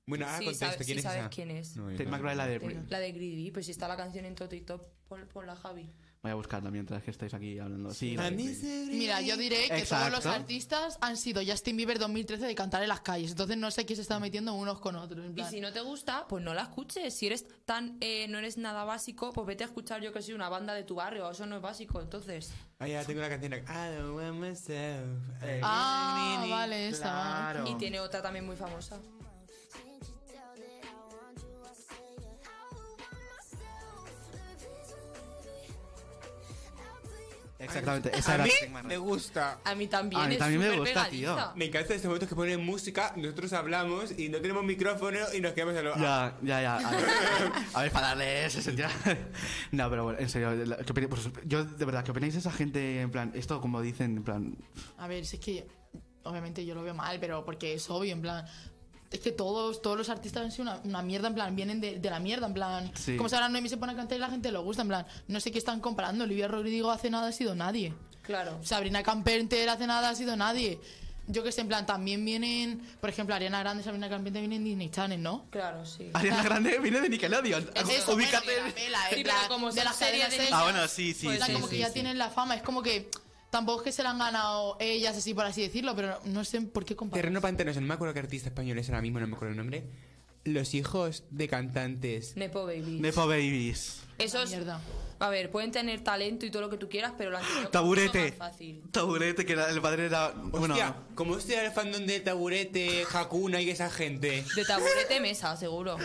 [SPEAKER 3] Bueno, ahora
[SPEAKER 4] Sí,
[SPEAKER 3] contesto.
[SPEAKER 4] sabe-
[SPEAKER 3] ¿Quién
[SPEAKER 4] sí
[SPEAKER 3] es
[SPEAKER 4] sabes
[SPEAKER 3] esa?
[SPEAKER 4] quién es.
[SPEAKER 3] No, yo
[SPEAKER 1] Tate
[SPEAKER 3] no.
[SPEAKER 1] McRae, la de Britney.
[SPEAKER 4] La de Greedy, pues si está la canción en todo TikTok, por, por la Javi.
[SPEAKER 1] Voy a buscarla mientras que estáis aquí hablando. Sí, la
[SPEAKER 3] A
[SPEAKER 1] de
[SPEAKER 3] mí
[SPEAKER 1] Britney.
[SPEAKER 3] se
[SPEAKER 5] Mira, yo diré que
[SPEAKER 1] Exacto.
[SPEAKER 5] todos los artistas han sido Justin Bieber 2013 de cantar en las calles. Entonces no sé quién se está metiendo unos con otros. en
[SPEAKER 4] Y
[SPEAKER 5] plan.
[SPEAKER 4] si no te gusta, pues no la escuches. Si eres tan, eh, no eres nada básico, pues vete a escuchar yo que soy una banda de tu barrio. Eso no es básico, entonces.
[SPEAKER 3] Ah, ya tengo la canción. I don't want myself. Eh,
[SPEAKER 5] Ah, vale, esa. va.
[SPEAKER 1] Claro.
[SPEAKER 4] Y tiene otra también muy famosa.
[SPEAKER 1] Exactamente, esa
[SPEAKER 3] a
[SPEAKER 1] era
[SPEAKER 3] mí
[SPEAKER 1] Tate McRae.
[SPEAKER 3] me gusta.
[SPEAKER 4] A mí también.
[SPEAKER 1] A mí
[SPEAKER 4] es
[SPEAKER 1] también me
[SPEAKER 4] súper
[SPEAKER 1] gusta, tío.
[SPEAKER 4] pegadiza.
[SPEAKER 3] Me encanta estos momentos que ponen música, nosotros hablamos y no tenemos micrófono y nos quedamos a lo.
[SPEAKER 1] Ya, ya, ya. A ver, a ver, para darle ese sentido. No, pero bueno, en serio. la- ¿qué opináis? Pues, yo, de verdad, ¿qué opináis de esa gente? En plan, esto como dicen, en plan.
[SPEAKER 5] A ver, si es que obviamente yo lo veo mal, pero porque es obvio, en plan. Es que todos, todos los artistas han sido una, una mierda, en plan, vienen de, de la mierda, en plan.
[SPEAKER 1] Sí.
[SPEAKER 5] Como si ahora Noemi se pone a cantar y la gente lo gusta, en plan. No sé qué están comparando. Olivia Rodrigo hace nada ha sido nadie.
[SPEAKER 4] Claro.
[SPEAKER 5] Sabrina Carpenter hace nada ha sido nadie. Yo que sé, en plan, también vienen, por ejemplo, Ariana Grande, Sabrina Carpenter vienen de Disney Channel, ¿no?
[SPEAKER 4] Claro, sí.
[SPEAKER 1] Ariana Grande viene de Nickelodeon.
[SPEAKER 5] Eso,
[SPEAKER 1] Ubícate.
[SPEAKER 5] bueno, que la pela, en
[SPEAKER 4] Sí, pero
[SPEAKER 5] plan,
[SPEAKER 4] como
[SPEAKER 5] de
[SPEAKER 4] son
[SPEAKER 5] la
[SPEAKER 4] series
[SPEAKER 5] serie
[SPEAKER 4] de
[SPEAKER 5] de
[SPEAKER 1] Ah, bueno, sí, sí,
[SPEAKER 4] Pues
[SPEAKER 5] plan,
[SPEAKER 1] sí,
[SPEAKER 5] como
[SPEAKER 1] sí,
[SPEAKER 5] que ya
[SPEAKER 1] sí.
[SPEAKER 5] tienen la fama, es como que tampoco es que se la han ganado ellas así por así decirlo, pero no sé por qué comparar.
[SPEAKER 3] Terreno Pantanoso, no me acuerdo qué artista español es ahora mismo, no me acuerdo el nombre. Los hijos de cantantes.
[SPEAKER 4] Nepo Baby.
[SPEAKER 1] Nepo Babies.
[SPEAKER 4] Esos.
[SPEAKER 5] Mierda.
[SPEAKER 4] A ver, pueden tener talento y todo lo que tú quieras, pero la anterior
[SPEAKER 1] Taburete.
[SPEAKER 4] es más fácil.
[SPEAKER 1] Taburete, que era- el padre era. Bueno,
[SPEAKER 3] Hostia, como usted era el fandom de Taburete, Hakuna y esa gente.
[SPEAKER 4] De taburete mesa, seguro.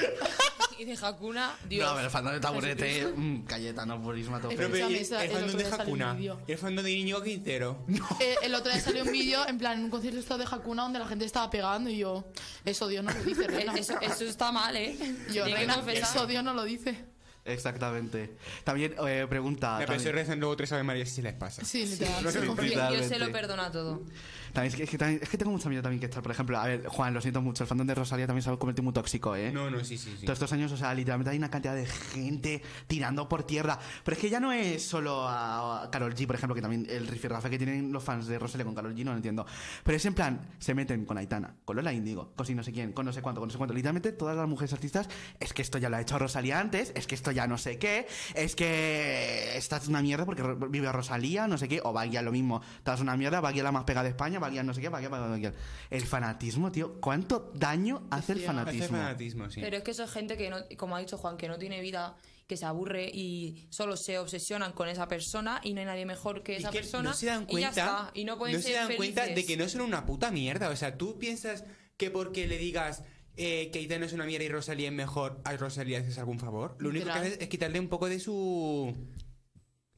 [SPEAKER 4] y de Hakuna, Dios.
[SPEAKER 1] No, pero el fandom de taburete, mm, Cayetano, purisma, tope.
[SPEAKER 5] Pero-
[SPEAKER 3] y-
[SPEAKER 5] esa-
[SPEAKER 3] el
[SPEAKER 5] el
[SPEAKER 3] fandom
[SPEAKER 5] otro
[SPEAKER 3] de
[SPEAKER 5] día salió un
[SPEAKER 3] Hakuna.
[SPEAKER 5] vídeo.
[SPEAKER 3] Y el fandom de Niño
[SPEAKER 1] Ah,
[SPEAKER 3] Quintero.
[SPEAKER 5] Eh, el otro día salió un vídeo en plan en un concierto estaba de Hakuna donde la gente estaba pegando y yo eso Dios no lo dice reina.
[SPEAKER 4] Eh, Eso, eso está mal, ¿eh?
[SPEAKER 5] yo
[SPEAKER 4] Tiene que
[SPEAKER 5] reina
[SPEAKER 4] confesar.
[SPEAKER 5] eso Dios no lo dice.
[SPEAKER 1] Exactamente. También, eh, pregunta.
[SPEAKER 3] Me pensé
[SPEAKER 1] también.
[SPEAKER 3] rezan luego tres Ave María si les pasa.
[SPEAKER 5] Sí, literal.
[SPEAKER 3] No sé,
[SPEAKER 5] se
[SPEAKER 4] Porque
[SPEAKER 5] confía.
[SPEAKER 4] Dios
[SPEAKER 1] Literalmente.
[SPEAKER 4] se lo perdona todo.
[SPEAKER 1] También es, que, es que también- es que tengo mucha miedo también que estar, por ejemplo, a ver, Juan, lo siento mucho, el fandom de Rosalía también se ha convertido muy tóxico, ¿eh?
[SPEAKER 3] No, no, sí, sí, sí.
[SPEAKER 1] Todos estos años, o sea, literalmente hay una cantidad de gente tirando por tierra. Pero es que ya no es solo a Carol G, por ejemplo, que también el rifirrafe que tienen los fans de Rosalía con Carol G, no lo entiendo. Pero es en plan, se meten con Aitana, con Lola Índigo, con si no sé quién, con no sé cuánto, con no sé cuánto. Literalmente todas las mujeres artistas, es que esto ya lo ha hecho Rosalía antes, es que esto ya no sé qué, es que esta es una mierda porque ro- vive Rosalía, no sé qué, o Baguía lo mismo, esta es una mierda, Baguía la más pegada de España, Baguía no sé qué, Baguía, Baguía, Baguía. El fanatismo, tío, ¿cuánto daño hace el
[SPEAKER 5] Hace
[SPEAKER 3] Hace
[SPEAKER 1] fanatismo?
[SPEAKER 3] fanatismo, sí.
[SPEAKER 4] Pero es que eso es gente que, no, como ha dicho Juan, que no tiene vida, que se aburre y solo se obsesionan con esa persona y no hay nadie mejor que
[SPEAKER 3] Y
[SPEAKER 4] esa
[SPEAKER 3] que
[SPEAKER 4] persona.
[SPEAKER 3] no se dan
[SPEAKER 4] y ya
[SPEAKER 3] cuenta,
[SPEAKER 4] está. Y no pueden
[SPEAKER 3] no
[SPEAKER 4] ser
[SPEAKER 3] se dan cuenta de
[SPEAKER 4] felices.
[SPEAKER 3] que no son una puta mierda. O sea, tú piensas que porque le digas eh, que Aitana es una mierda y Rosalía es mejor, a Rosalía haces algún favor. Lo único que
[SPEAKER 5] Literal.
[SPEAKER 3] haces es quitarle un poco de su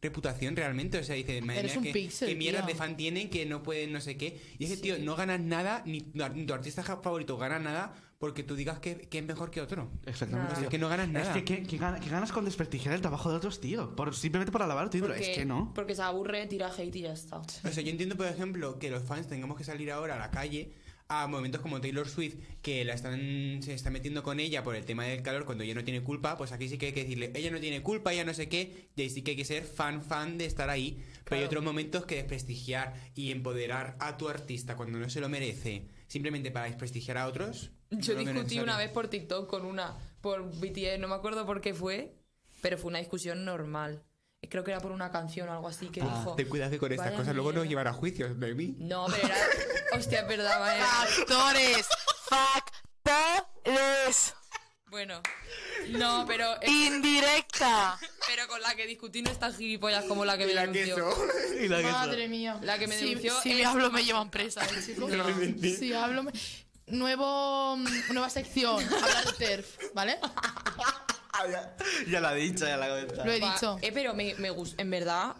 [SPEAKER 3] reputación realmente. O sea, dices, madre
[SPEAKER 5] Eres
[SPEAKER 3] mía,
[SPEAKER 5] un
[SPEAKER 3] qué,
[SPEAKER 5] pixel,
[SPEAKER 3] qué mierda
[SPEAKER 5] tía.
[SPEAKER 3] de fan tienen que no pueden no sé qué. Y es que, tío, no ganas nada, ni tu, ar- ni tu artista ja- favorito gana nada porque tú digas que, que es mejor que otro.
[SPEAKER 1] Exactamente.
[SPEAKER 3] O sea,
[SPEAKER 1] tío.
[SPEAKER 3] es que no ganas
[SPEAKER 1] Es
[SPEAKER 3] nada.
[SPEAKER 1] que, ¿qué, qué gana- qué ganas con desprestigiar el trabajo de otros, tío? Por, simplemente por alabar tu ídolo.
[SPEAKER 4] porque,
[SPEAKER 1] Es que no.
[SPEAKER 4] Porque se aburre, tira hate y ya está.
[SPEAKER 3] O sea, yo entiendo, por ejemplo, que los fans tengamos que salir ahora a la calle a momentos como Taylor Swift, que la están, se está metiendo con ella por el tema del calor cuando ella no tiene culpa, pues aquí sí que hay que decirle, ella no tiene culpa, ella no sé qué, y ahí sí que hay que ser fan, fan de estar ahí. Pero hay
[SPEAKER 4] Claro.
[SPEAKER 3] otros momentos que desprestigiar y empoderar a tu artista cuando no se lo merece, simplemente para desprestigiar a otros.
[SPEAKER 4] Yo
[SPEAKER 3] no lo veo
[SPEAKER 4] discutí
[SPEAKER 3] necesario.
[SPEAKER 4] una vez por TikTok con una, por BTS, no me acuerdo por qué fue, pero fue una discusión normal. Creo que era por una canción o algo así que
[SPEAKER 3] Ah,
[SPEAKER 4] dijo.
[SPEAKER 3] Ten cuidado que con estas
[SPEAKER 4] "Vaya
[SPEAKER 3] cosas luego nos
[SPEAKER 4] mierda".
[SPEAKER 3] llevará a juicios, baby.
[SPEAKER 4] No, pero era. Hostia, es verdad, vaya.
[SPEAKER 3] Ah.
[SPEAKER 6] Factores. Factores.
[SPEAKER 4] Bueno. No, pero.
[SPEAKER 6] Indirecta.
[SPEAKER 4] Pero con la que discutí no es tan gilipollas como la que me
[SPEAKER 3] Mira que
[SPEAKER 4] denunció.
[SPEAKER 3] eso.
[SPEAKER 1] Y la que
[SPEAKER 5] Madre mía.
[SPEAKER 4] La que me
[SPEAKER 5] Si-
[SPEAKER 4] denunció eh,
[SPEAKER 5] Si,
[SPEAKER 4] es-
[SPEAKER 5] hablo, me llevan presa, ¿eh, chicos. Si hablo, me... Nuevo, mm, nueva sección. Hablar de TERF, ¿vale?
[SPEAKER 1] Ya la he dicho, ya la he
[SPEAKER 5] Lo
[SPEAKER 1] comentado.
[SPEAKER 5] he
[SPEAKER 4] Va,
[SPEAKER 5] dicho.
[SPEAKER 4] eh, pero me, me gus- en verdad.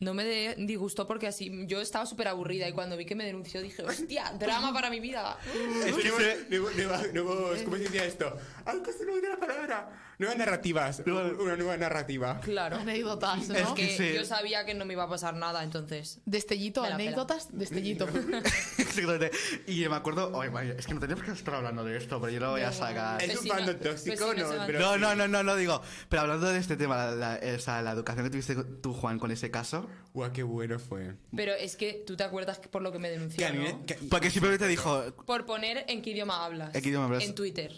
[SPEAKER 4] No me de- disgustó porque así yo estaba súper aburrida y cuando vi que me denunció dije, hostia, drama para mi vida.
[SPEAKER 1] Es que se-
[SPEAKER 3] Nuevo- nueva- nuevos- ¿Cómo se decía esto? Ay, casi no me viene la palabra. Nuevas narrativas. Una nueva narrativa.
[SPEAKER 4] Claro.
[SPEAKER 5] Anécdotas, ¿no?
[SPEAKER 1] Es
[SPEAKER 4] Que
[SPEAKER 1] Sí.
[SPEAKER 4] yo sabía que no me iba a pasar nada, entonces.
[SPEAKER 5] Destellito,
[SPEAKER 4] Me la pela.
[SPEAKER 5] anécdotas, destellito.
[SPEAKER 1] Exactamente. Y me acuerdo. ay, vaya, es que no teníamos que estar hablando de esto, pero yo lo voy a sacar.
[SPEAKER 3] Es
[SPEAKER 4] Pues
[SPEAKER 3] un
[SPEAKER 4] si no-
[SPEAKER 3] bando
[SPEAKER 4] pues si
[SPEAKER 3] tóxico,
[SPEAKER 4] no se
[SPEAKER 3] no,
[SPEAKER 4] van-
[SPEAKER 3] pero-
[SPEAKER 1] No, no, no, no, no digo. Pero hablando de este tema, la, la- o sea, la educación que tuviste tú, Juan, con ese caso.
[SPEAKER 3] Guau, qué bueno fue.
[SPEAKER 4] Pero es que tú te acuerdas que por lo que me
[SPEAKER 3] Que
[SPEAKER 4] denunció,
[SPEAKER 3] a mí me-
[SPEAKER 4] ¿no?
[SPEAKER 3] que-
[SPEAKER 1] Porque simplemente dijo.
[SPEAKER 4] Por poner en qué idioma hablas.
[SPEAKER 1] ¿En qué idioma hablas?
[SPEAKER 4] En Twitter.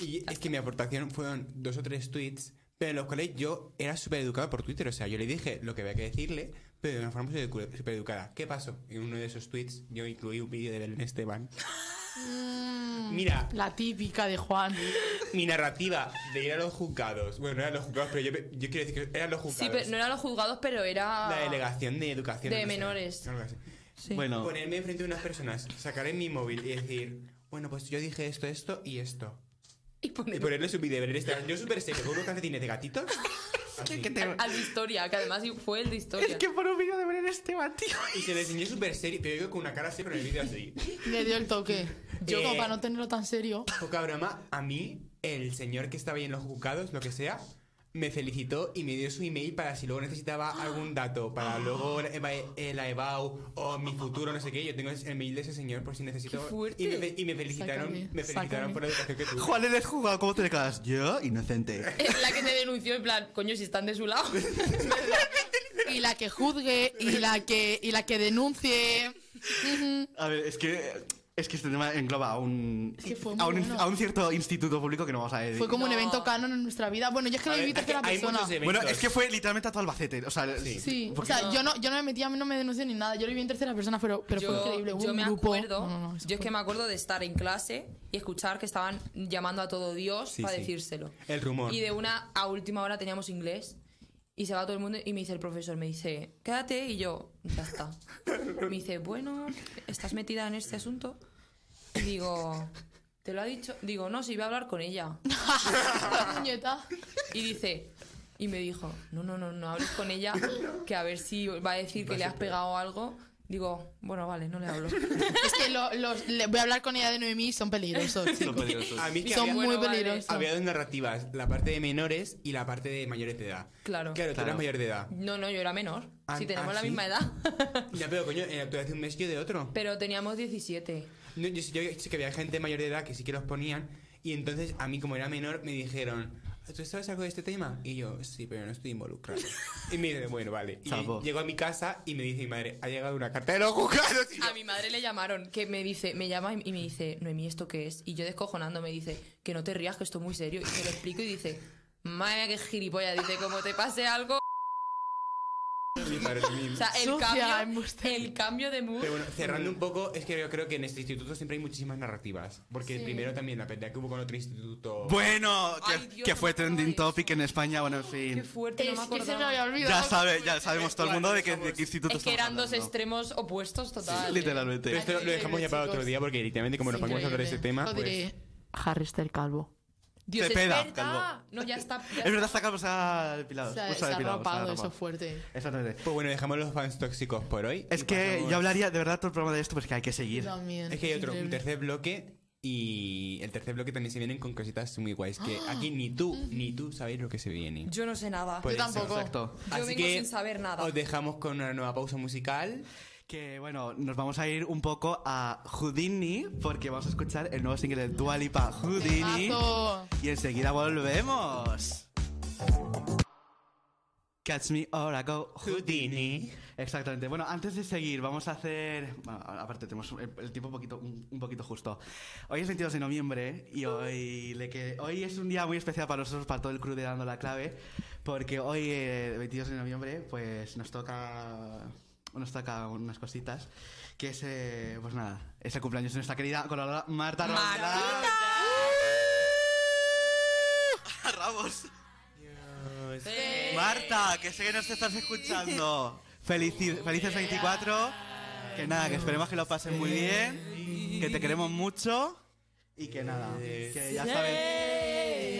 [SPEAKER 3] y es que mi aportación fueron dos o tres tweets, pero en los cuales yo era súper educado por Twitter. O sea, yo le dije lo que había que decirle, pero de una forma súper educada. ¿Qué pasó? En uno de esos tweets yo incluí un vídeo de Belén Esteban.
[SPEAKER 4] Mm.
[SPEAKER 3] Mira,
[SPEAKER 5] La típica de Juan.
[SPEAKER 3] mi narrativa de ir a los juzgados. Bueno, no eran los juzgados, pero yo, yo quiero decir que eran los juzgados.
[SPEAKER 4] Sí, pero no eran los juzgados, pero era.
[SPEAKER 3] La delegación de educación.
[SPEAKER 4] De
[SPEAKER 3] no sé,
[SPEAKER 4] menores.
[SPEAKER 3] algo así.
[SPEAKER 4] Sí.
[SPEAKER 1] Bueno.
[SPEAKER 3] Ponerme enfrente de unas personas, sacaré mi móvil y decir, bueno, pues yo dije esto, esto y esto.
[SPEAKER 4] Y
[SPEAKER 3] Y
[SPEAKER 4] poner
[SPEAKER 3] ponerle su video, ver este. Yo súper serio, con unos calcetines de gatitos. así.
[SPEAKER 4] al, al de historia, que además fue el de historia.
[SPEAKER 1] Es que por un vídeo de ver este tío.
[SPEAKER 3] Y se le enseñó súper serio, pero yo con una cara así, con el video así.
[SPEAKER 5] Le dio el toque. Yo,
[SPEAKER 3] Eh.
[SPEAKER 5] como para no tenerlo tan serio.
[SPEAKER 3] Poca broma, a mí, el señor que estaba ahí en los juzgados, lo que sea, me felicitó y me dio su email para si luego necesitaba algún dato, para luego la eva- eh, la EBAU o mi futuro, no sé qué. Yo tengo el mail de ese señor por si necesito.
[SPEAKER 4] ¡Qué fuerte!
[SPEAKER 3] Y me, fe- y me felicitaron,
[SPEAKER 5] Sácame,
[SPEAKER 3] me felicitaron
[SPEAKER 5] sácame.
[SPEAKER 3] por la educación que tuve.
[SPEAKER 1] Juan, eres jugado, ¿cómo te declaras? Yo, inocente.
[SPEAKER 4] La que te denunció, en plan, coño, si están de su lado.
[SPEAKER 5] Y la que juzgue, y la que, y la que denuncie. Ujú.
[SPEAKER 1] A ver, es que. Es que este tema engloba a un.
[SPEAKER 5] que fue muy
[SPEAKER 1] a, un
[SPEAKER 5] bueno.
[SPEAKER 1] a un cierto instituto público que no vamos a decir.
[SPEAKER 5] Fue como un
[SPEAKER 4] No.
[SPEAKER 5] evento canon en nuestra vida. Bueno, yo es que
[SPEAKER 3] A
[SPEAKER 5] lo
[SPEAKER 3] ver,
[SPEAKER 5] viví
[SPEAKER 3] es que
[SPEAKER 5] tercera
[SPEAKER 3] hay
[SPEAKER 5] persona.
[SPEAKER 3] muchos eventos.
[SPEAKER 1] Bueno, es que fue literalmente a todo Albacete. O sea,
[SPEAKER 3] Sí.
[SPEAKER 5] Sí, o
[SPEAKER 1] porque-
[SPEAKER 5] sea, yo no, yo no me metí, a mí no me denunció ni nada. Yo lo viví en tercera persona, pero, pero fue increíble. Hubo
[SPEAKER 4] yo
[SPEAKER 5] un
[SPEAKER 4] me
[SPEAKER 5] grupo.
[SPEAKER 4] acuerdo,
[SPEAKER 5] No, no, no, eso
[SPEAKER 4] yo es
[SPEAKER 5] fue-
[SPEAKER 4] que me acuerdo de estar en clase y escuchar que estaban llamando a todo Dios
[SPEAKER 3] Sí,
[SPEAKER 4] para
[SPEAKER 3] sí.
[SPEAKER 4] decírselo.
[SPEAKER 3] El rumor.
[SPEAKER 4] Y de una a última hora teníamos inglés y se va todo el mundo y me dice el profesor, me dice, quédate y yo, ya está. Me dice, bueno, ¿estás metida en este asunto? Y digo, ¿te lo ha dicho? Digo, no, sí, voy a hablar con ella.
[SPEAKER 5] Puñeta.
[SPEAKER 4] Y dice, y me dijo, no, no, no, no hables con ella, que a ver si va a decir que le has pegado algo. Digo, bueno, vale, no le hablo.
[SPEAKER 5] Es que lo- los, le- voy a hablar con ella de Noemí y son peligrosos. chicos.
[SPEAKER 3] A mí es que
[SPEAKER 5] Son
[SPEAKER 3] había-
[SPEAKER 5] muy
[SPEAKER 4] Bueno, vale.
[SPEAKER 5] peligrosos.
[SPEAKER 3] Había dos narrativas, la parte de menores y la parte de mayores de edad.
[SPEAKER 4] Claro.
[SPEAKER 3] Claro, tú
[SPEAKER 1] Claro.
[SPEAKER 3] eras mayor de edad.
[SPEAKER 4] No, no, yo era menor.
[SPEAKER 3] Ah,
[SPEAKER 4] si tenemos
[SPEAKER 3] ah,
[SPEAKER 4] la
[SPEAKER 3] ¿sí?
[SPEAKER 4] misma edad.
[SPEAKER 3] Ya, pero coño, eh, tú eres de un mes y yo de otro.
[SPEAKER 4] Pero teníamos 17.
[SPEAKER 3] No, yo, sí- yo sí que había gente mayor de edad que sí que los ponían y entonces a mí como era menor me dijeron, ¿tú sabes algo de este tema? Y yo, sí, pero no estoy involucrado. y me dijeron, bueno, vale. Y
[SPEAKER 1] Chapo.
[SPEAKER 3] llego a mi casa y me dice mi madre, ha llegado una carta de los juzgados. Y yo,
[SPEAKER 4] A mi madre le llamaron, que me dice, me llama y y me dice, Noemí, ¿esto qué es? Y yo descojonando me dice, que no te rías, que esto es muy serio. Y se lo explico y dice, madre mía, qué gilipollas. Dice, como te pase algo.
[SPEAKER 3] mi madre mía.
[SPEAKER 4] O sea, mm. el,
[SPEAKER 5] Sucia,
[SPEAKER 4] cambio,
[SPEAKER 5] embustera.
[SPEAKER 4] el cambio de mood.
[SPEAKER 3] Pero bueno, cerrando un poco, es que yo creo que en este instituto siempre hay muchísimas narrativas. Porque primero también la pelea que hubo con otro instituto...
[SPEAKER 1] Bueno, que,
[SPEAKER 4] Ay, Dios,
[SPEAKER 1] que
[SPEAKER 4] no me
[SPEAKER 1] fue
[SPEAKER 4] acordaba de
[SPEAKER 1] trending
[SPEAKER 4] eso.
[SPEAKER 1] topic en España, bueno, en
[SPEAKER 4] Qué
[SPEAKER 1] fin.
[SPEAKER 4] fuerte, no
[SPEAKER 5] Es
[SPEAKER 4] me
[SPEAKER 5] que se me
[SPEAKER 4] acordaba.
[SPEAKER 5] había olvidado.
[SPEAKER 1] Ya, sabe, ya sabemos todo el mundo de qué, de qué instituto
[SPEAKER 4] Es que
[SPEAKER 1] estamos
[SPEAKER 4] eran dos
[SPEAKER 1] hablando.
[SPEAKER 4] extremos opuestos total. ¿eh?
[SPEAKER 1] Literalmente.
[SPEAKER 3] Pero esto lo dejamos ya para otro día porque literalmente como nos ponemos a hablar de este tema...
[SPEAKER 5] Lo
[SPEAKER 3] pues-
[SPEAKER 5] diré. Harry está el calvo.
[SPEAKER 4] Dios, es
[SPEAKER 1] Cepeda,
[SPEAKER 4] verdad.
[SPEAKER 1] Calvo.
[SPEAKER 4] No, ya está. ya
[SPEAKER 1] Es verdad, sacamos a depilados.
[SPEAKER 5] O sea,
[SPEAKER 1] justo
[SPEAKER 5] se ha
[SPEAKER 1] depilados,
[SPEAKER 5] rapado,
[SPEAKER 1] se ha
[SPEAKER 5] eso
[SPEAKER 1] rapado.
[SPEAKER 5] es fuerte.
[SPEAKER 1] Exactamente.
[SPEAKER 3] Pues bueno, dejamos los fans tóxicos por hoy.
[SPEAKER 1] Es
[SPEAKER 3] y
[SPEAKER 1] que
[SPEAKER 3] pasamos-
[SPEAKER 1] yo hablaría de verdad todo el programa de esto, pues que hay que
[SPEAKER 5] Yo
[SPEAKER 1] seguir.
[SPEAKER 5] también.
[SPEAKER 3] Es que hay otro, un
[SPEAKER 5] increíble.
[SPEAKER 3] tercer bloque y el tercer bloque también se vienen con cositas muy guays que aquí ni tú ni tú sabéis lo que se viene.
[SPEAKER 4] Yo no sé nada.
[SPEAKER 3] Por
[SPEAKER 1] Pues,
[SPEAKER 5] Yo
[SPEAKER 3] eso.
[SPEAKER 5] tampoco.
[SPEAKER 1] Exacto.
[SPEAKER 4] Yo vengo sin saber nada.
[SPEAKER 3] os dejamos con una nueva pausa musical.
[SPEAKER 1] Que bueno, nos vamos a ir un poco a Houdini porque vamos a escuchar el nuevo single de Dualipa Houdini.
[SPEAKER 5] Temazo.
[SPEAKER 1] Y enseguida volvemos. Catch me or I go Houdini. Exactamente. Bueno, antes de seguir, vamos a hacer. Bueno, aparte, tenemos el, el tiempo un poquito, un, un poquito justo. Hoy es 22 de noviembre y hoy, le que, hoy es un día muy especial para nosotros, para todo el crew de Dando la Clave, porque hoy, eh, 22 de noviembre, pues nos toca. Nos toca unas cositas. Que es, eh, pues nada, es el cumpleaños de nuestra querida colaboradora Marta Roldán.
[SPEAKER 2] Ramos.
[SPEAKER 4] Eh,
[SPEAKER 1] Marta, que sé que nos estás escuchando. Felici- felices 24. Que nada, que esperemos que lo pasen muy bien. Que te queremos mucho. Y que nada, que ya sabes.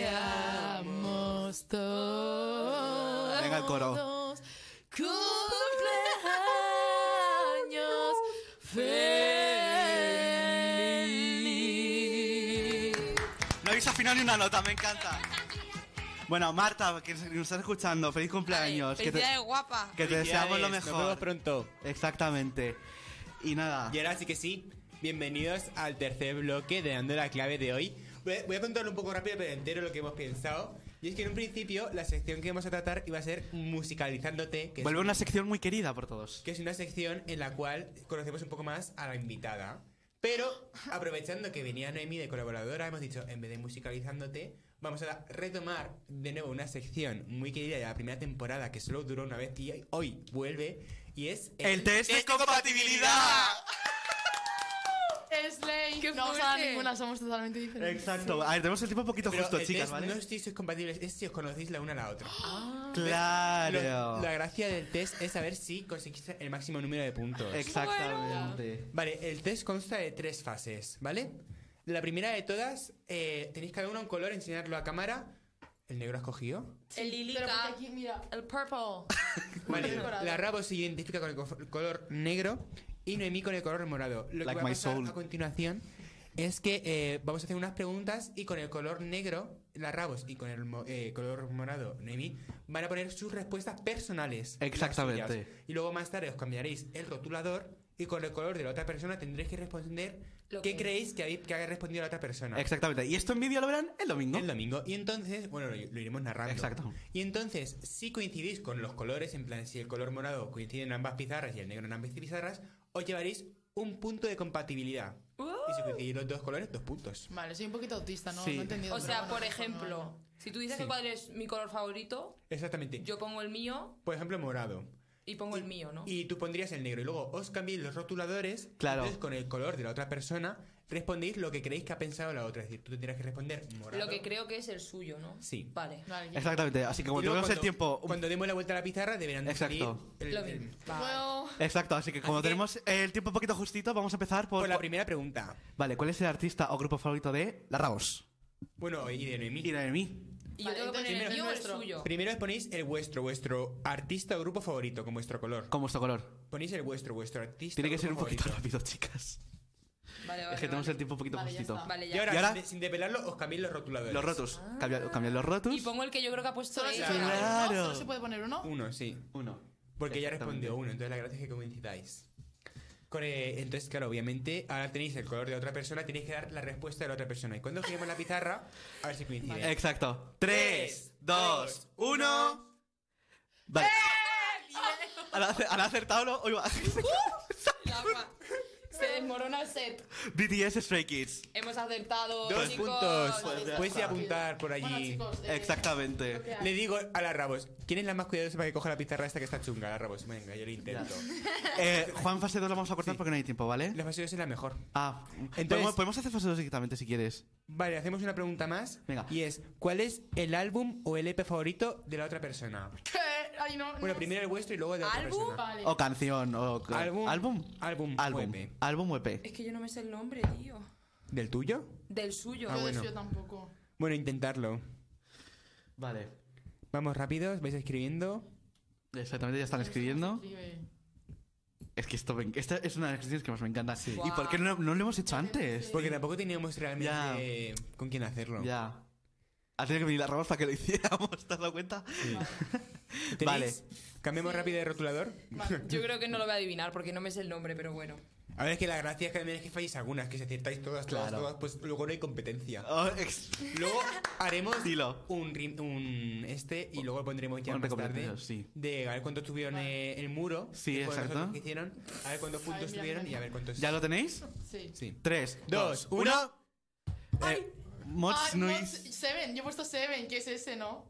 [SPEAKER 5] Seamos todos.
[SPEAKER 1] Venga, el coro.
[SPEAKER 5] Cumpleaños feliz.
[SPEAKER 1] No habéis afinado ni una nota, me encanta. Bueno, Marta, que nos estás escuchando, feliz cumpleaños. Que te,
[SPEAKER 4] Felicidades, guapa.
[SPEAKER 1] que te deseamos lo
[SPEAKER 3] Felicidades, Nos vemos
[SPEAKER 1] mejor.
[SPEAKER 3] pronto.
[SPEAKER 1] Exactamente. Y nada.
[SPEAKER 3] Y ahora sí que sí, bienvenidos al tercer bloque de Dando la Clave de hoy. Voy a, voy a contarlo un poco rápido, pero entero lo que hemos pensado. Y es que en un principio la sección que vamos a tratar iba a ser musicalizándote, que,
[SPEAKER 1] Vuelve
[SPEAKER 3] es,
[SPEAKER 1] una sección muy querida por todos.
[SPEAKER 3] que es una sección en la cual conocemos un poco más a la invitada. Pero aprovechando que venía Noemi de colaboradora, hemos dicho, en vez de musicalizándote, vamos a retomar de nuevo una sección muy querida de la primera temporada que solo duró una vez y hoy vuelve. Y es
[SPEAKER 1] El test de compatibilidad.
[SPEAKER 5] Slay.
[SPEAKER 4] Qué
[SPEAKER 5] No vamos a dar
[SPEAKER 4] fuerte.
[SPEAKER 5] ninguna, somos totalmente diferentes.
[SPEAKER 1] Exacto. A ver, tenemos el tiempo un poquito
[SPEAKER 3] Pero
[SPEAKER 1] justo,
[SPEAKER 3] el
[SPEAKER 1] chicas,
[SPEAKER 3] test
[SPEAKER 1] ¿vale?
[SPEAKER 3] No es si sois compatibles, es si os conocéis la una a la otra.
[SPEAKER 4] Ah,
[SPEAKER 1] Claro.
[SPEAKER 3] Lo- la gracia del test es saber si conseguís el máximo número de puntos.
[SPEAKER 1] Exactamente.
[SPEAKER 3] vale, el test consta de tres fases, ¿vale? La primera de todas, eh, tenéis cada uno un color, enseñarlo a cámara. ¿El negro has cogido?
[SPEAKER 4] El
[SPEAKER 5] Pero porque
[SPEAKER 4] lilica.
[SPEAKER 5] aquí, mira.
[SPEAKER 4] El purple.
[SPEAKER 3] Vale,
[SPEAKER 5] Morado.
[SPEAKER 3] la Rabo se identifica con el co- color negro y Noemí con el color morado. Lo
[SPEAKER 1] Like
[SPEAKER 3] que va a
[SPEAKER 1] my
[SPEAKER 3] pasar
[SPEAKER 1] soul.
[SPEAKER 3] a continuación es que eh, vamos a hacer unas preguntas y con el color negro, la Rabos y con el mo- eh, color morado, Noemí, van a poner sus respuestas personales. las
[SPEAKER 1] Exactamente.
[SPEAKER 3] suyas. Y luego más tarde os cambiaréis el rotulador y con el color de la otra persona tendréis que responder
[SPEAKER 4] Lo
[SPEAKER 3] qué
[SPEAKER 4] que-
[SPEAKER 3] creéis que, habéis, que haya respondido la otra persona.
[SPEAKER 1] Exactamente. Y esto en vídeo lo verán el domingo.
[SPEAKER 3] El domingo. Y entonces, bueno, lo, lo iremos narrando.
[SPEAKER 1] Exacto.
[SPEAKER 3] Y entonces, si coincidís con los colores, en plan, si el color morado coincide en ambas pizarras y el negro en ambas pizarras, os llevaréis un punto de compatibilidad. Y si coincidís los dos colores, dos puntos.
[SPEAKER 5] Vale, soy un poquito autista, no,
[SPEAKER 1] Sí.
[SPEAKER 5] no he entendido.
[SPEAKER 4] O
[SPEAKER 5] pero
[SPEAKER 4] sea,
[SPEAKER 5] bueno,
[SPEAKER 4] por
[SPEAKER 5] no, no,
[SPEAKER 4] ejemplo,
[SPEAKER 5] no.
[SPEAKER 4] si tú dices
[SPEAKER 3] Sí.
[SPEAKER 4] que cuál es mi color favorito,
[SPEAKER 3] Exactamente.
[SPEAKER 4] yo pongo el mío
[SPEAKER 3] Por ejemplo, morado.
[SPEAKER 4] y pongo el mío, ¿no?
[SPEAKER 3] Y tú pondrías el negro. Y luego os cambiéis los rotuladores.
[SPEAKER 1] Claro.
[SPEAKER 3] Entonces, con el color de la otra persona, respondéis lo que creéis que ha pensado la otra. Es decir, tú tendrías que responder morado.
[SPEAKER 4] Lo que creo que es el suyo, ¿no?
[SPEAKER 3] Sí.
[SPEAKER 4] Vale.
[SPEAKER 5] Vale, ya.
[SPEAKER 1] Exactamente. Así que
[SPEAKER 3] Y
[SPEAKER 1] como
[SPEAKER 3] luego
[SPEAKER 1] tenemos el
[SPEAKER 3] cuando-
[SPEAKER 1] tiempo.
[SPEAKER 3] Cuando demos la vuelta a la pizarra, deberán de
[SPEAKER 1] Exacto.
[SPEAKER 3] salir el-
[SPEAKER 4] Lo
[SPEAKER 3] el-
[SPEAKER 4] mismo. Vale.
[SPEAKER 5] Bueno,
[SPEAKER 1] Exacto, así que como
[SPEAKER 3] Así que-
[SPEAKER 1] tenemos el tiempo un poquito justito, vamos a empezar por.
[SPEAKER 3] Por la primera pregunta.
[SPEAKER 1] Vale, ¿cuál es el artista o grupo favorito de La Ramos?
[SPEAKER 3] Bueno, y de Noemí.
[SPEAKER 1] Y de mí.
[SPEAKER 4] Y
[SPEAKER 5] Vale,
[SPEAKER 4] yo tengo que poner el
[SPEAKER 5] entonces,
[SPEAKER 4] mío o el
[SPEAKER 5] nuestro.
[SPEAKER 4] suyo.
[SPEAKER 3] Primero ponéis el vuestro, vuestro artista o grupo favorito con vuestro color.
[SPEAKER 1] Con vuestro color.
[SPEAKER 3] Ponéis el vuestro, vuestro artista.
[SPEAKER 1] Tiene que
[SPEAKER 3] o
[SPEAKER 1] ser un
[SPEAKER 3] grupo
[SPEAKER 1] poquito
[SPEAKER 3] favorito.
[SPEAKER 1] rápido, chicas.
[SPEAKER 4] Vale, vale.
[SPEAKER 1] es que tenemos el
[SPEAKER 4] vale.
[SPEAKER 1] tiempo un poquito
[SPEAKER 5] Vale, ya
[SPEAKER 1] justito.
[SPEAKER 5] está.
[SPEAKER 4] Vale, ya.
[SPEAKER 3] Y ahora,
[SPEAKER 1] Y ahora-
[SPEAKER 3] sin de- sin depelarlo, os cambiéis los rotuladores.
[SPEAKER 1] Los rotus. Cambiar los rotus.
[SPEAKER 4] Ah. Y pongo el que yo creo que ha puesto
[SPEAKER 5] solo se,
[SPEAKER 4] ella.
[SPEAKER 5] puede poner uno,
[SPEAKER 1] Claro.
[SPEAKER 5] solo se puede poner uno.
[SPEAKER 3] Uno, sí.
[SPEAKER 1] Uno.
[SPEAKER 3] Porque ya respondió
[SPEAKER 1] Exactamente.
[SPEAKER 3] uno, entonces la gracia es que coincidáis. Con, eh, entonces, claro, obviamente, ahora tenéis el color de otra persona, tenéis que dar la respuesta de la otra persona. Y cuando giremos la pizarra, a ver si coincide.
[SPEAKER 1] Exacto. Tres, dos, uno. ¡Eh! Vale. ¿Han ace- han acertado? lo- Uy, va.
[SPEAKER 4] La gua- Se desmorona el set.
[SPEAKER 1] BTS Stray Kids.
[SPEAKER 4] Hemos acertado.
[SPEAKER 3] Dos
[SPEAKER 4] chicos.
[SPEAKER 3] puntos.
[SPEAKER 1] Pues ya
[SPEAKER 3] Puedes ir a
[SPEAKER 1] está.
[SPEAKER 3] apuntar por allí.
[SPEAKER 5] Bueno, chicos, eh,
[SPEAKER 1] Exactamente.
[SPEAKER 3] Le digo a la Rabos, ¿quién es la más cuidadosa para que coja la pizarra esta que está chunga? La Rabos, venga, yo lo intento.
[SPEAKER 1] Eh, Juan, fase 2 la vamos a cortar
[SPEAKER 3] Sí.
[SPEAKER 1] porque no hay tiempo, ¿vale?
[SPEAKER 3] La fase 2 es la mejor.
[SPEAKER 1] Ah,
[SPEAKER 3] Entonces-
[SPEAKER 1] podemos, podemos hacer fase 2 directamente si quieres.
[SPEAKER 3] Vale, hacemos una pregunta más.
[SPEAKER 1] Venga.
[SPEAKER 3] Y es, ¿cuál es el álbum o el EP favorito de la otra persona?
[SPEAKER 5] ¿Qué? Ay, no.
[SPEAKER 3] Bueno,
[SPEAKER 5] no.
[SPEAKER 3] primero el vuestro y luego el de la otra
[SPEAKER 4] ¿Álbum?
[SPEAKER 3] persona.
[SPEAKER 5] Vale.
[SPEAKER 1] O canción, o
[SPEAKER 3] ¿Álbum?
[SPEAKER 1] ¿Álbum?
[SPEAKER 3] Álbum o E
[SPEAKER 1] Álbum.
[SPEAKER 3] EP.
[SPEAKER 1] Álbum o E EP.
[SPEAKER 4] Es que yo no me sé el nombre, tío.
[SPEAKER 3] ¿Del tuyo?
[SPEAKER 4] Del suyo.
[SPEAKER 3] Ah,
[SPEAKER 5] Yo
[SPEAKER 3] bueno.
[SPEAKER 5] deseo tampoco.
[SPEAKER 3] Bueno, intentarlo.
[SPEAKER 1] Vale.
[SPEAKER 3] Vamos rápidos, vais escribiendo.
[SPEAKER 1] Exactamente, ya están escribiendo. Es que esto, me- esta es una de las canciones que más me encanta. ¿Y
[SPEAKER 4] Guau.
[SPEAKER 1] por qué no, no lo hemos hecho antes?
[SPEAKER 3] Porque tampoco teníamos
[SPEAKER 1] Ya.
[SPEAKER 3] realmente eh, con quién hacerlo.
[SPEAKER 1] Ya. Ha tenido que venir a Ramos para que lo hiciéramos, ¿te has dado cuenta? Vale.
[SPEAKER 3] ¿Tenéis? ¿Cambiamos rápido de rotulador?
[SPEAKER 4] Yo creo que no lo voy a adivinar porque no me sé el nombre, pero bueno.
[SPEAKER 3] A ver, es que la gracia es que también es que falléis algunas, que si acertáis todas, todas,
[SPEAKER 1] Claro.
[SPEAKER 3] todas, pues luego no hay competencia.
[SPEAKER 1] Oh, ex-
[SPEAKER 3] Luego haremos
[SPEAKER 1] Dilo.
[SPEAKER 3] Un, rim- un este y luego pondremos ya
[SPEAKER 1] Un
[SPEAKER 3] más
[SPEAKER 1] recopilatorio,
[SPEAKER 3] tarde
[SPEAKER 1] sí.
[SPEAKER 3] de a ver cuántos tuvieron eh, el muro.
[SPEAKER 1] Sí,
[SPEAKER 3] que fueron
[SPEAKER 1] exacto.
[SPEAKER 3] nosotros que hicieron, a ver cuántos puntos
[SPEAKER 5] Ay, mira,
[SPEAKER 3] tuvieron
[SPEAKER 5] mira.
[SPEAKER 3] y a ver cuántos...
[SPEAKER 1] ¿Ya lo tenéis?
[SPEAKER 5] Sí.
[SPEAKER 3] Sí.
[SPEAKER 1] Tres,
[SPEAKER 3] Dos, uno.
[SPEAKER 1] Eh, Mods
[SPEAKER 5] Ah,
[SPEAKER 1] Noise.
[SPEAKER 5] Mods Seven, yo he puesto Seven, que es ese, ¿no?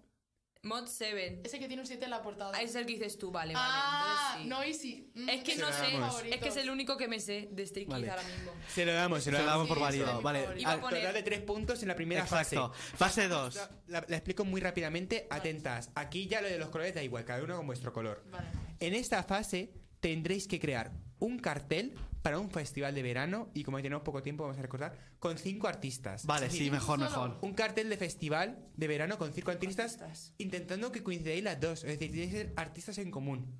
[SPEAKER 4] Mod 7.
[SPEAKER 5] Ese que tiene un 7 en la portada.
[SPEAKER 4] Ah, Es el que dices tú, vale, vale.
[SPEAKER 5] ah,
[SPEAKER 4] entonces sí.
[SPEAKER 5] no, y sí. Mm,
[SPEAKER 4] Es que
[SPEAKER 5] ese
[SPEAKER 4] no
[SPEAKER 5] es
[SPEAKER 4] sé,
[SPEAKER 5] mi
[SPEAKER 3] Vamos.
[SPEAKER 5] favorito.
[SPEAKER 4] es que es el único que me sé de Stray Kids
[SPEAKER 1] Vale.
[SPEAKER 4] ahora mismo.
[SPEAKER 3] Se lo damos, se
[SPEAKER 1] Se
[SPEAKER 3] lo
[SPEAKER 1] lo
[SPEAKER 3] damos.
[SPEAKER 1] damos por
[SPEAKER 5] Sí, ese es
[SPEAKER 1] válido.
[SPEAKER 5] mi
[SPEAKER 1] Vale.
[SPEAKER 5] favorito.
[SPEAKER 4] Iba
[SPEAKER 1] ah,
[SPEAKER 4] a poner-
[SPEAKER 3] Total de tres puntos en la primera
[SPEAKER 1] Exacto.
[SPEAKER 3] fase.
[SPEAKER 1] Fase dos.
[SPEAKER 3] La, la explico muy rápidamente, atentas. Aquí ya lo de los colores da igual, cada uno con vuestro color.
[SPEAKER 5] Vale.
[SPEAKER 3] En esta fase tendréis que crear un cartel para un festival de verano y como tenemos poco tiempo vamos a recordar con cinco artistas.
[SPEAKER 1] Vale,
[SPEAKER 3] Es
[SPEAKER 1] sí,
[SPEAKER 3] decir,
[SPEAKER 1] mejor,
[SPEAKER 5] solo.
[SPEAKER 1] mejor.
[SPEAKER 3] Un cartel de festival de verano con cinco artistas intentando que coincidáis las dos, es decir, tenéis que ser artistas en común.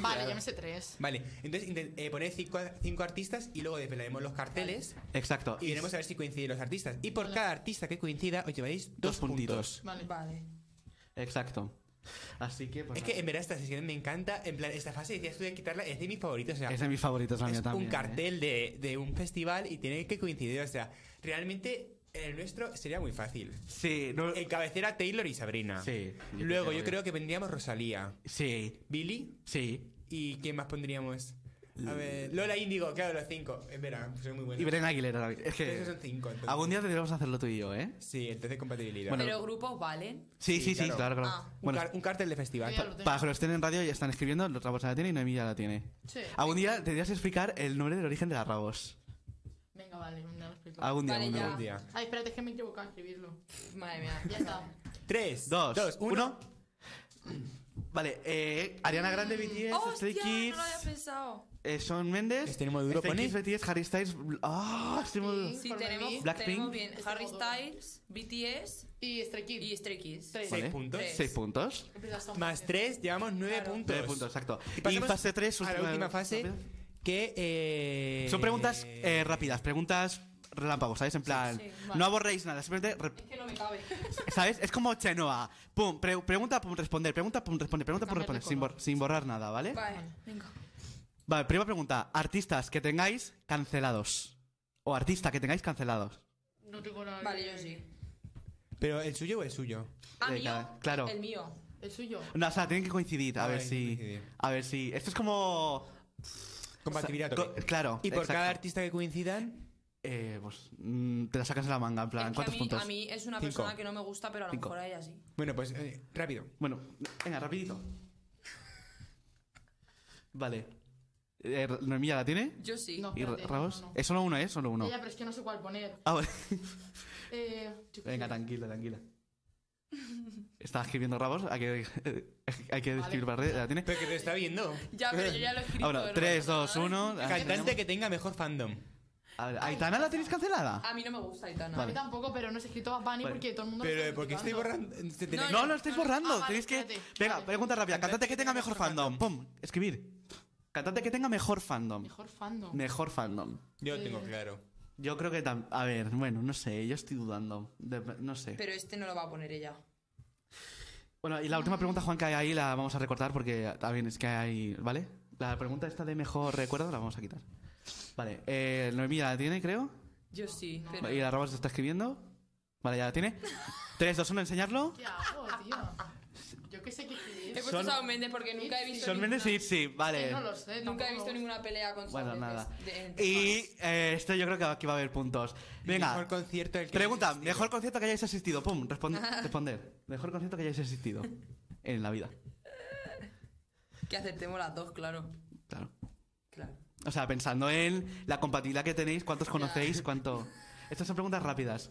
[SPEAKER 5] Vale, ya me sé tres.
[SPEAKER 3] Vale, entonces inten- eh, poned cinco, cinco artistas y luego desvelaremos los carteles
[SPEAKER 1] Exacto.
[SPEAKER 3] y veremos a ver si coinciden los artistas. Y por cada artista que coincida os llevaréis dos,
[SPEAKER 1] Dos puntitos.
[SPEAKER 3] puntos.
[SPEAKER 5] Vale.
[SPEAKER 4] Vale.
[SPEAKER 1] Exacto. Así que. pues,
[SPEAKER 3] Es que
[SPEAKER 1] nada.
[SPEAKER 3] en verdad esta sesión me encanta, en plan, esta fase decías tú de quitarla, es de mis favoritos, o sea,
[SPEAKER 1] es de mis favoritos la
[SPEAKER 3] es
[SPEAKER 1] mía también.
[SPEAKER 3] un
[SPEAKER 1] ¿eh?
[SPEAKER 3] cartel de, de un festival y tiene que coincidir. O sea, realmente el nuestro sería muy fácil.
[SPEAKER 1] Sí, no-
[SPEAKER 3] En cabecera Taylor y Sabrina.
[SPEAKER 1] Sí, yo
[SPEAKER 3] Luego
[SPEAKER 1] creo que-
[SPEAKER 3] yo creo que vendríamos Rosalía,
[SPEAKER 1] sí,
[SPEAKER 3] Billy
[SPEAKER 1] sí.
[SPEAKER 3] y ¿quién más pondríamos? A ver, Lola Índigo, claro, los cinco. Es verdad, soy muy bueno.
[SPEAKER 1] Y Belén Aguilera también. Es
[SPEAKER 3] Pero
[SPEAKER 1] que.
[SPEAKER 3] Esos son cinco. entonces.
[SPEAKER 1] Algún día tendremos que hacerlo tú y yo, ¿eh?
[SPEAKER 3] Sí, entonces compatibilidad.
[SPEAKER 1] Bueno,
[SPEAKER 4] Pero grupos valen.
[SPEAKER 1] Sí, sí, sí,
[SPEAKER 3] Sí, claro.
[SPEAKER 1] claro, claro.
[SPEAKER 4] Ah.
[SPEAKER 3] un,
[SPEAKER 1] Bueno,
[SPEAKER 3] car- un cartel de festival.
[SPEAKER 5] Sí, ya lo tengo.
[SPEAKER 1] para que los estén en radio ya están escribiendo, la Rabos la tiene y Noemí ya la tiene.
[SPEAKER 5] Sí.
[SPEAKER 1] Algún día tendrías que explicar el nombre del origen de la Rabos.
[SPEAKER 5] Venga, vale, me lo explico.
[SPEAKER 1] Algún día,
[SPEAKER 4] Vale,
[SPEAKER 1] algún
[SPEAKER 4] ya.
[SPEAKER 1] día.
[SPEAKER 3] Algún día.
[SPEAKER 5] Ay, espérate, es que me he equivocado a escribirlo.
[SPEAKER 4] Madre mía.
[SPEAKER 5] Ya está.
[SPEAKER 3] Tres,
[SPEAKER 1] Dos,
[SPEAKER 3] uno.
[SPEAKER 1] uno. Vale, eh, Ariana Grande, BTS, Stray
[SPEAKER 4] ¡Hostia!
[SPEAKER 1] Kids,
[SPEAKER 4] No lo había pensado.
[SPEAKER 1] eh, Shawn Méndez,
[SPEAKER 3] Este ni modo duro
[SPEAKER 1] Stray
[SPEAKER 3] pone.
[SPEAKER 1] Kids, BTS, Harry Styles, bl- ah, este ni modo duro.
[SPEAKER 5] Sí.
[SPEAKER 4] Sí,
[SPEAKER 5] Por mí.
[SPEAKER 4] tenemos,
[SPEAKER 1] Blackpink.
[SPEAKER 4] tenemos bien
[SPEAKER 5] Este
[SPEAKER 4] Harry
[SPEAKER 5] modo duro.
[SPEAKER 4] Styles, BTS
[SPEAKER 5] Y Stray Kids.
[SPEAKER 4] y Stray Kids.
[SPEAKER 5] Tres.
[SPEAKER 1] Vale.
[SPEAKER 3] Seis puntos.
[SPEAKER 4] Tres.
[SPEAKER 1] Seis puntos.
[SPEAKER 3] Más tres, llevamos nueve
[SPEAKER 4] Claro.
[SPEAKER 3] puntos.
[SPEAKER 1] Nueve puntos, exacto. Y,
[SPEAKER 3] pasamos
[SPEAKER 1] fase 3,
[SPEAKER 3] a la última fase que eh,
[SPEAKER 1] Son preguntas eh, rápidas, preguntas relámpagos, ¿sabes? En plan,
[SPEAKER 4] Sí, sí,
[SPEAKER 1] no aborréis nada, simplemente rep-
[SPEAKER 4] Es que no me cabe.
[SPEAKER 1] ¿Sabes? Es como Chenoa. Pum, pre- pregunta, pum, responder, pregunta, pum, responder, pregunta, pum,
[SPEAKER 5] Cambiar de
[SPEAKER 1] responder, sin,
[SPEAKER 5] color.
[SPEAKER 1] bor- sin borrar nada, ¿vale?
[SPEAKER 4] Vale, venga.
[SPEAKER 1] Vale, primera pregunta. Artistas que tengáis cancelados. O artista que tengáis cancelados.
[SPEAKER 5] No tengo nada.
[SPEAKER 4] Vale, yo sí.
[SPEAKER 3] pero el suyo o el suyo
[SPEAKER 4] Ah,
[SPEAKER 1] Eh,
[SPEAKER 4] mío.
[SPEAKER 1] ca- claro.
[SPEAKER 4] El mío.
[SPEAKER 5] El suyo.
[SPEAKER 1] No, o sea, tienen que coincidir, a
[SPEAKER 3] Ah,
[SPEAKER 1] ver
[SPEAKER 3] hay que
[SPEAKER 1] si...
[SPEAKER 3] coincidir.
[SPEAKER 1] A ver si... Esto es como...
[SPEAKER 3] compatibilidad
[SPEAKER 1] co-
[SPEAKER 3] tope.
[SPEAKER 1] claro.
[SPEAKER 3] y por
[SPEAKER 1] exacto.
[SPEAKER 3] cada artista que coincidan
[SPEAKER 1] Eh, pues mm, te la sacas de la manga, en plan,
[SPEAKER 4] Es que
[SPEAKER 1] ¿cuántos
[SPEAKER 4] a mí,
[SPEAKER 1] puntos?
[SPEAKER 4] A mí es una
[SPEAKER 3] Cinco.
[SPEAKER 4] persona que no me gusta, pero a lo
[SPEAKER 1] Cinco.
[SPEAKER 4] mejor a ella sí.
[SPEAKER 3] bueno pues eh, rápido
[SPEAKER 1] Bueno, venga, rapidito. Vale. Eh, ¿Noemí ya la tiene?
[SPEAKER 4] Yo sí.
[SPEAKER 5] No.
[SPEAKER 1] ¿Y Ra-
[SPEAKER 5] espérate,
[SPEAKER 1] Rabos?
[SPEAKER 5] no, no.
[SPEAKER 1] Es solo uno, ¿eh? Solo uno.
[SPEAKER 5] Ya, pero es que no sé cuál poner.
[SPEAKER 1] Ah, vale.
[SPEAKER 5] Eh, yo qué
[SPEAKER 1] Venga,
[SPEAKER 5] sé.
[SPEAKER 1] tranquila, tranquila. Estaba escribiendo Rabos, hay que, hay que describir para red, la tiene.
[SPEAKER 3] pero que te está viendo
[SPEAKER 4] Ya, pero yo ya lo he escrito.
[SPEAKER 1] Ahora,
[SPEAKER 4] ¿no?
[SPEAKER 1] 3, 2, 1.
[SPEAKER 3] cantante que tenga mejor fandom
[SPEAKER 1] ¿Aitana la tenéis cancelada?
[SPEAKER 4] A mí no me gusta Aitana.
[SPEAKER 5] A mí
[SPEAKER 1] Vale.
[SPEAKER 5] tampoco, pero no se ha escrito a Bunny
[SPEAKER 1] Vale.
[SPEAKER 5] porque todo el mundo. lo
[SPEAKER 3] pero
[SPEAKER 5] está
[SPEAKER 3] porque estoy
[SPEAKER 5] criticando.
[SPEAKER 3] borrando eh, se tiene-
[SPEAKER 4] No,
[SPEAKER 1] No, lo estáis borrando.
[SPEAKER 5] Ah, vale,
[SPEAKER 1] Tenéis que.
[SPEAKER 5] espérate.
[SPEAKER 1] Venga,
[SPEAKER 5] Vale.
[SPEAKER 1] pregunta rápida. Cantante que tenga mejor
[SPEAKER 3] mejor
[SPEAKER 1] fandom. Pum, escribir. Cantante que tenga mejor fandom.
[SPEAKER 5] Mejor fandom.
[SPEAKER 1] Mejor fandom.
[SPEAKER 3] yo lo tengo
[SPEAKER 4] Mm.
[SPEAKER 3] claro
[SPEAKER 1] Yo creo que tam- A ver, bueno, no sé, yo estoy dudando. Dep- no sé.
[SPEAKER 4] Pero este no lo va a poner ella.
[SPEAKER 1] Bueno, y la última pregunta, Juan, que hay ahí la vamos a recortar porque también es que hay. ¿Vale? La pregunta esta de mejor recuerdo la vamos a quitar. Vale, eh, Noemí ya la tiene, creo.
[SPEAKER 4] Yo sí, pero.
[SPEAKER 1] Y la Robos está escribiendo. Vale, ya la tiene. 3, 2, 1, enseñarlo.
[SPEAKER 5] ¿Qué hago, tío? Yo qué sé qué escribir.
[SPEAKER 4] He puesto
[SPEAKER 1] Son-
[SPEAKER 4] Shawn Mendes porque nunca he visto.
[SPEAKER 1] Son Méndez y sí,
[SPEAKER 5] Que
[SPEAKER 1] vale.
[SPEAKER 5] No lo sé.
[SPEAKER 4] Nunca he
[SPEAKER 5] tampoco.
[SPEAKER 4] visto ninguna pelea con
[SPEAKER 1] Bueno,
[SPEAKER 4] Shawn
[SPEAKER 1] nada.
[SPEAKER 4] Mendes de- entre
[SPEAKER 1] Y
[SPEAKER 4] fans.
[SPEAKER 1] eh, esto yo creo que aquí va a haber puntos.
[SPEAKER 3] mejor
[SPEAKER 1] Venga,
[SPEAKER 3] concierto del que
[SPEAKER 1] pregunta,
[SPEAKER 3] hayas asistido.
[SPEAKER 1] mejor concierto que hayáis asistido. Pum, responde- responder. Mejor concierto que hayáis asistido en la vida.
[SPEAKER 4] Que aceptemos las dos, claro.
[SPEAKER 1] Claro.
[SPEAKER 4] Claro.
[SPEAKER 1] O sea, pensando en la compatibilidad que tenéis, cuántos conocéis, cuánto. Estas son preguntas rápidas.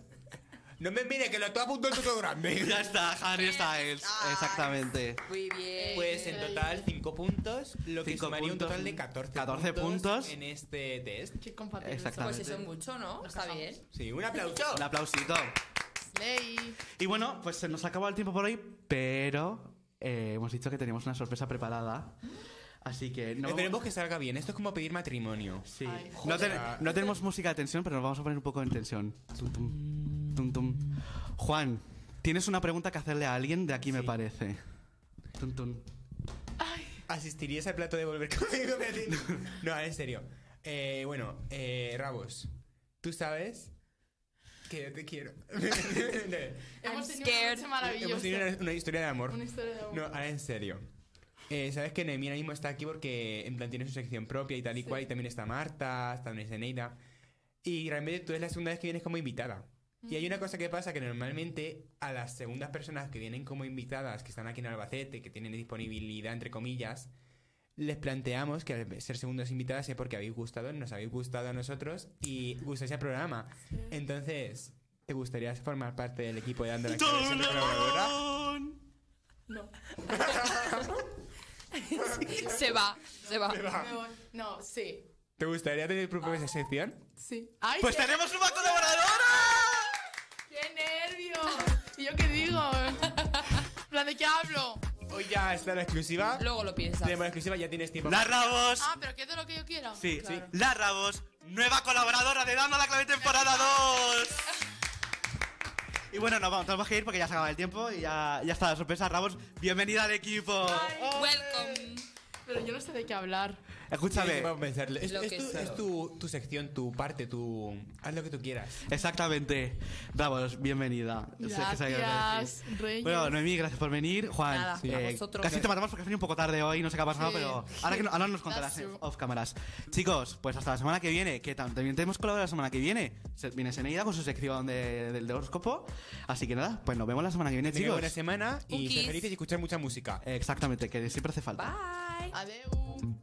[SPEAKER 3] no me mire que lo estoy apuntando todo grande
[SPEAKER 1] Ya está, Harry Styles.
[SPEAKER 4] Styles.
[SPEAKER 1] Ah. Exactamente.
[SPEAKER 4] Muy bien.
[SPEAKER 3] pues en total 5 puntos lo que
[SPEAKER 1] Cinco
[SPEAKER 3] sumaría un
[SPEAKER 1] puntos.
[SPEAKER 3] total de 14
[SPEAKER 1] 14 puntos.
[SPEAKER 3] en este test
[SPEAKER 5] Qué compatible.
[SPEAKER 1] Exactamente.
[SPEAKER 4] Pues eso es mucho, ¿no? Está
[SPEAKER 5] casamos.
[SPEAKER 4] bien.
[SPEAKER 3] sí un aplauso
[SPEAKER 1] Un aplausito.
[SPEAKER 4] Pues
[SPEAKER 5] somos. Ley.
[SPEAKER 1] Y bueno, pues se nos acabó el tiempo por hoy, pero eh, hemos dicho que teníamos una sorpresa preparada. Así que no.
[SPEAKER 3] esperemos que salga bien esto es como pedir matrimonio
[SPEAKER 1] Sí.
[SPEAKER 5] Ay,
[SPEAKER 1] no,
[SPEAKER 5] joder.
[SPEAKER 1] ten- no tenemos música de tensión, pero nos vamos a poner un poco en tensión. Tum, tum, tum, tum. Juan, Tienes una pregunta que hacerle a alguien de aquí, me parece. Tun, tun.
[SPEAKER 3] ¿Asistirías al plato de volver conmigo? Me dice- no, en serio. Eh, bueno, eh, Rabos, tú sabes que yo te quiero.
[SPEAKER 4] I'm
[SPEAKER 5] Hemos tenido
[SPEAKER 4] scared.
[SPEAKER 5] una noche
[SPEAKER 3] Hemos tenido
[SPEAKER 5] maravillosa.
[SPEAKER 3] una, una historia de amor.
[SPEAKER 5] Una historia de amor.
[SPEAKER 3] No, ahora en serio. Eh, Sabes que Noemí ahora mismo está aquí porque en plan tiene su sección propia y tal y cual, y también está Marta, también está Neida. Y realmente tú es la segunda vez que vienes como invitada. Y hay una cosa que pasa que normalmente a las segundas personas que vienen como invitadas, que están aquí en Albacete, que tienen disponibilidad entre comillas, les planteamos que al ser segundos invitadas es porque habéis gustado, nos habéis gustado a nosotros y gustáis al programa. Entonces, ¿te gustaría formar parte del equipo de Ando la Cabeza de Colaboradora?
[SPEAKER 5] No,
[SPEAKER 4] Se va, se va.
[SPEAKER 5] me voy. No, sí.
[SPEAKER 3] ¿Te gustaría tener tu propia sección?
[SPEAKER 5] Sí. ¡Ay,
[SPEAKER 2] Pues
[SPEAKER 5] qué,
[SPEAKER 2] tenemos una colaboradora.
[SPEAKER 5] qué nervio! ¿Y yo qué digo? En plan, ¿de qué hablo?
[SPEAKER 3] Hoy ya está la exclusiva.
[SPEAKER 4] Luego lo piensas.
[SPEAKER 3] Tenemos la exclusiva, ya tienes tiempo.
[SPEAKER 2] La Rabos.
[SPEAKER 5] Ah, pero ¿qué es de lo que yo quiero?
[SPEAKER 1] Sí,
[SPEAKER 4] Claro.
[SPEAKER 2] La Rabos. Nueva colaboradora de Dando la Clave temporada 2.
[SPEAKER 1] Y bueno, nos vamos, tenemos que ir porque ya se acaba el tiempo y ya, ya está la sorpresa. Ramos, bienvenida al equipo.
[SPEAKER 4] Welcome.
[SPEAKER 5] Pero yo no sé de qué hablar.
[SPEAKER 1] Escúchame.
[SPEAKER 3] Tienes tiempo para pensarlo. Es,
[SPEAKER 4] Lo
[SPEAKER 3] es
[SPEAKER 4] que
[SPEAKER 3] tu,
[SPEAKER 4] sea.
[SPEAKER 3] es tu- tu sección, tu parte, tu. Haz lo que tú quieras.
[SPEAKER 1] Exactamente. Ramos, bienvenida. Sé que se ha ido a
[SPEAKER 5] Gracias,
[SPEAKER 1] decir.
[SPEAKER 5] Reyes.
[SPEAKER 1] Bueno, Noemí, gracias por venir. Juan,
[SPEAKER 4] Nada, a vosotros.
[SPEAKER 1] casi te matamos porque has venido un poco tarde hoy, no sé qué ha pasado,
[SPEAKER 5] Sí.
[SPEAKER 1] pero ahora, que no- ahora nos contarás
[SPEAKER 5] That's
[SPEAKER 1] en
[SPEAKER 5] true.
[SPEAKER 1] off cámaras. Chicos, pues hasta la semana que viene, que tam- también tenemos colaborador la semana que viene. Se- Viene Seneida con su sección de- del horóscopo. Así que nada, pues nos vemos la semana que viene,
[SPEAKER 3] Tenga
[SPEAKER 1] chicos.
[SPEAKER 3] buena semana
[SPEAKER 4] Un
[SPEAKER 3] y ser
[SPEAKER 4] kiss.
[SPEAKER 3] felices y escuchar mucha música.
[SPEAKER 1] Exactamente, que siempre hace falta.
[SPEAKER 4] Bye.
[SPEAKER 5] Adeu.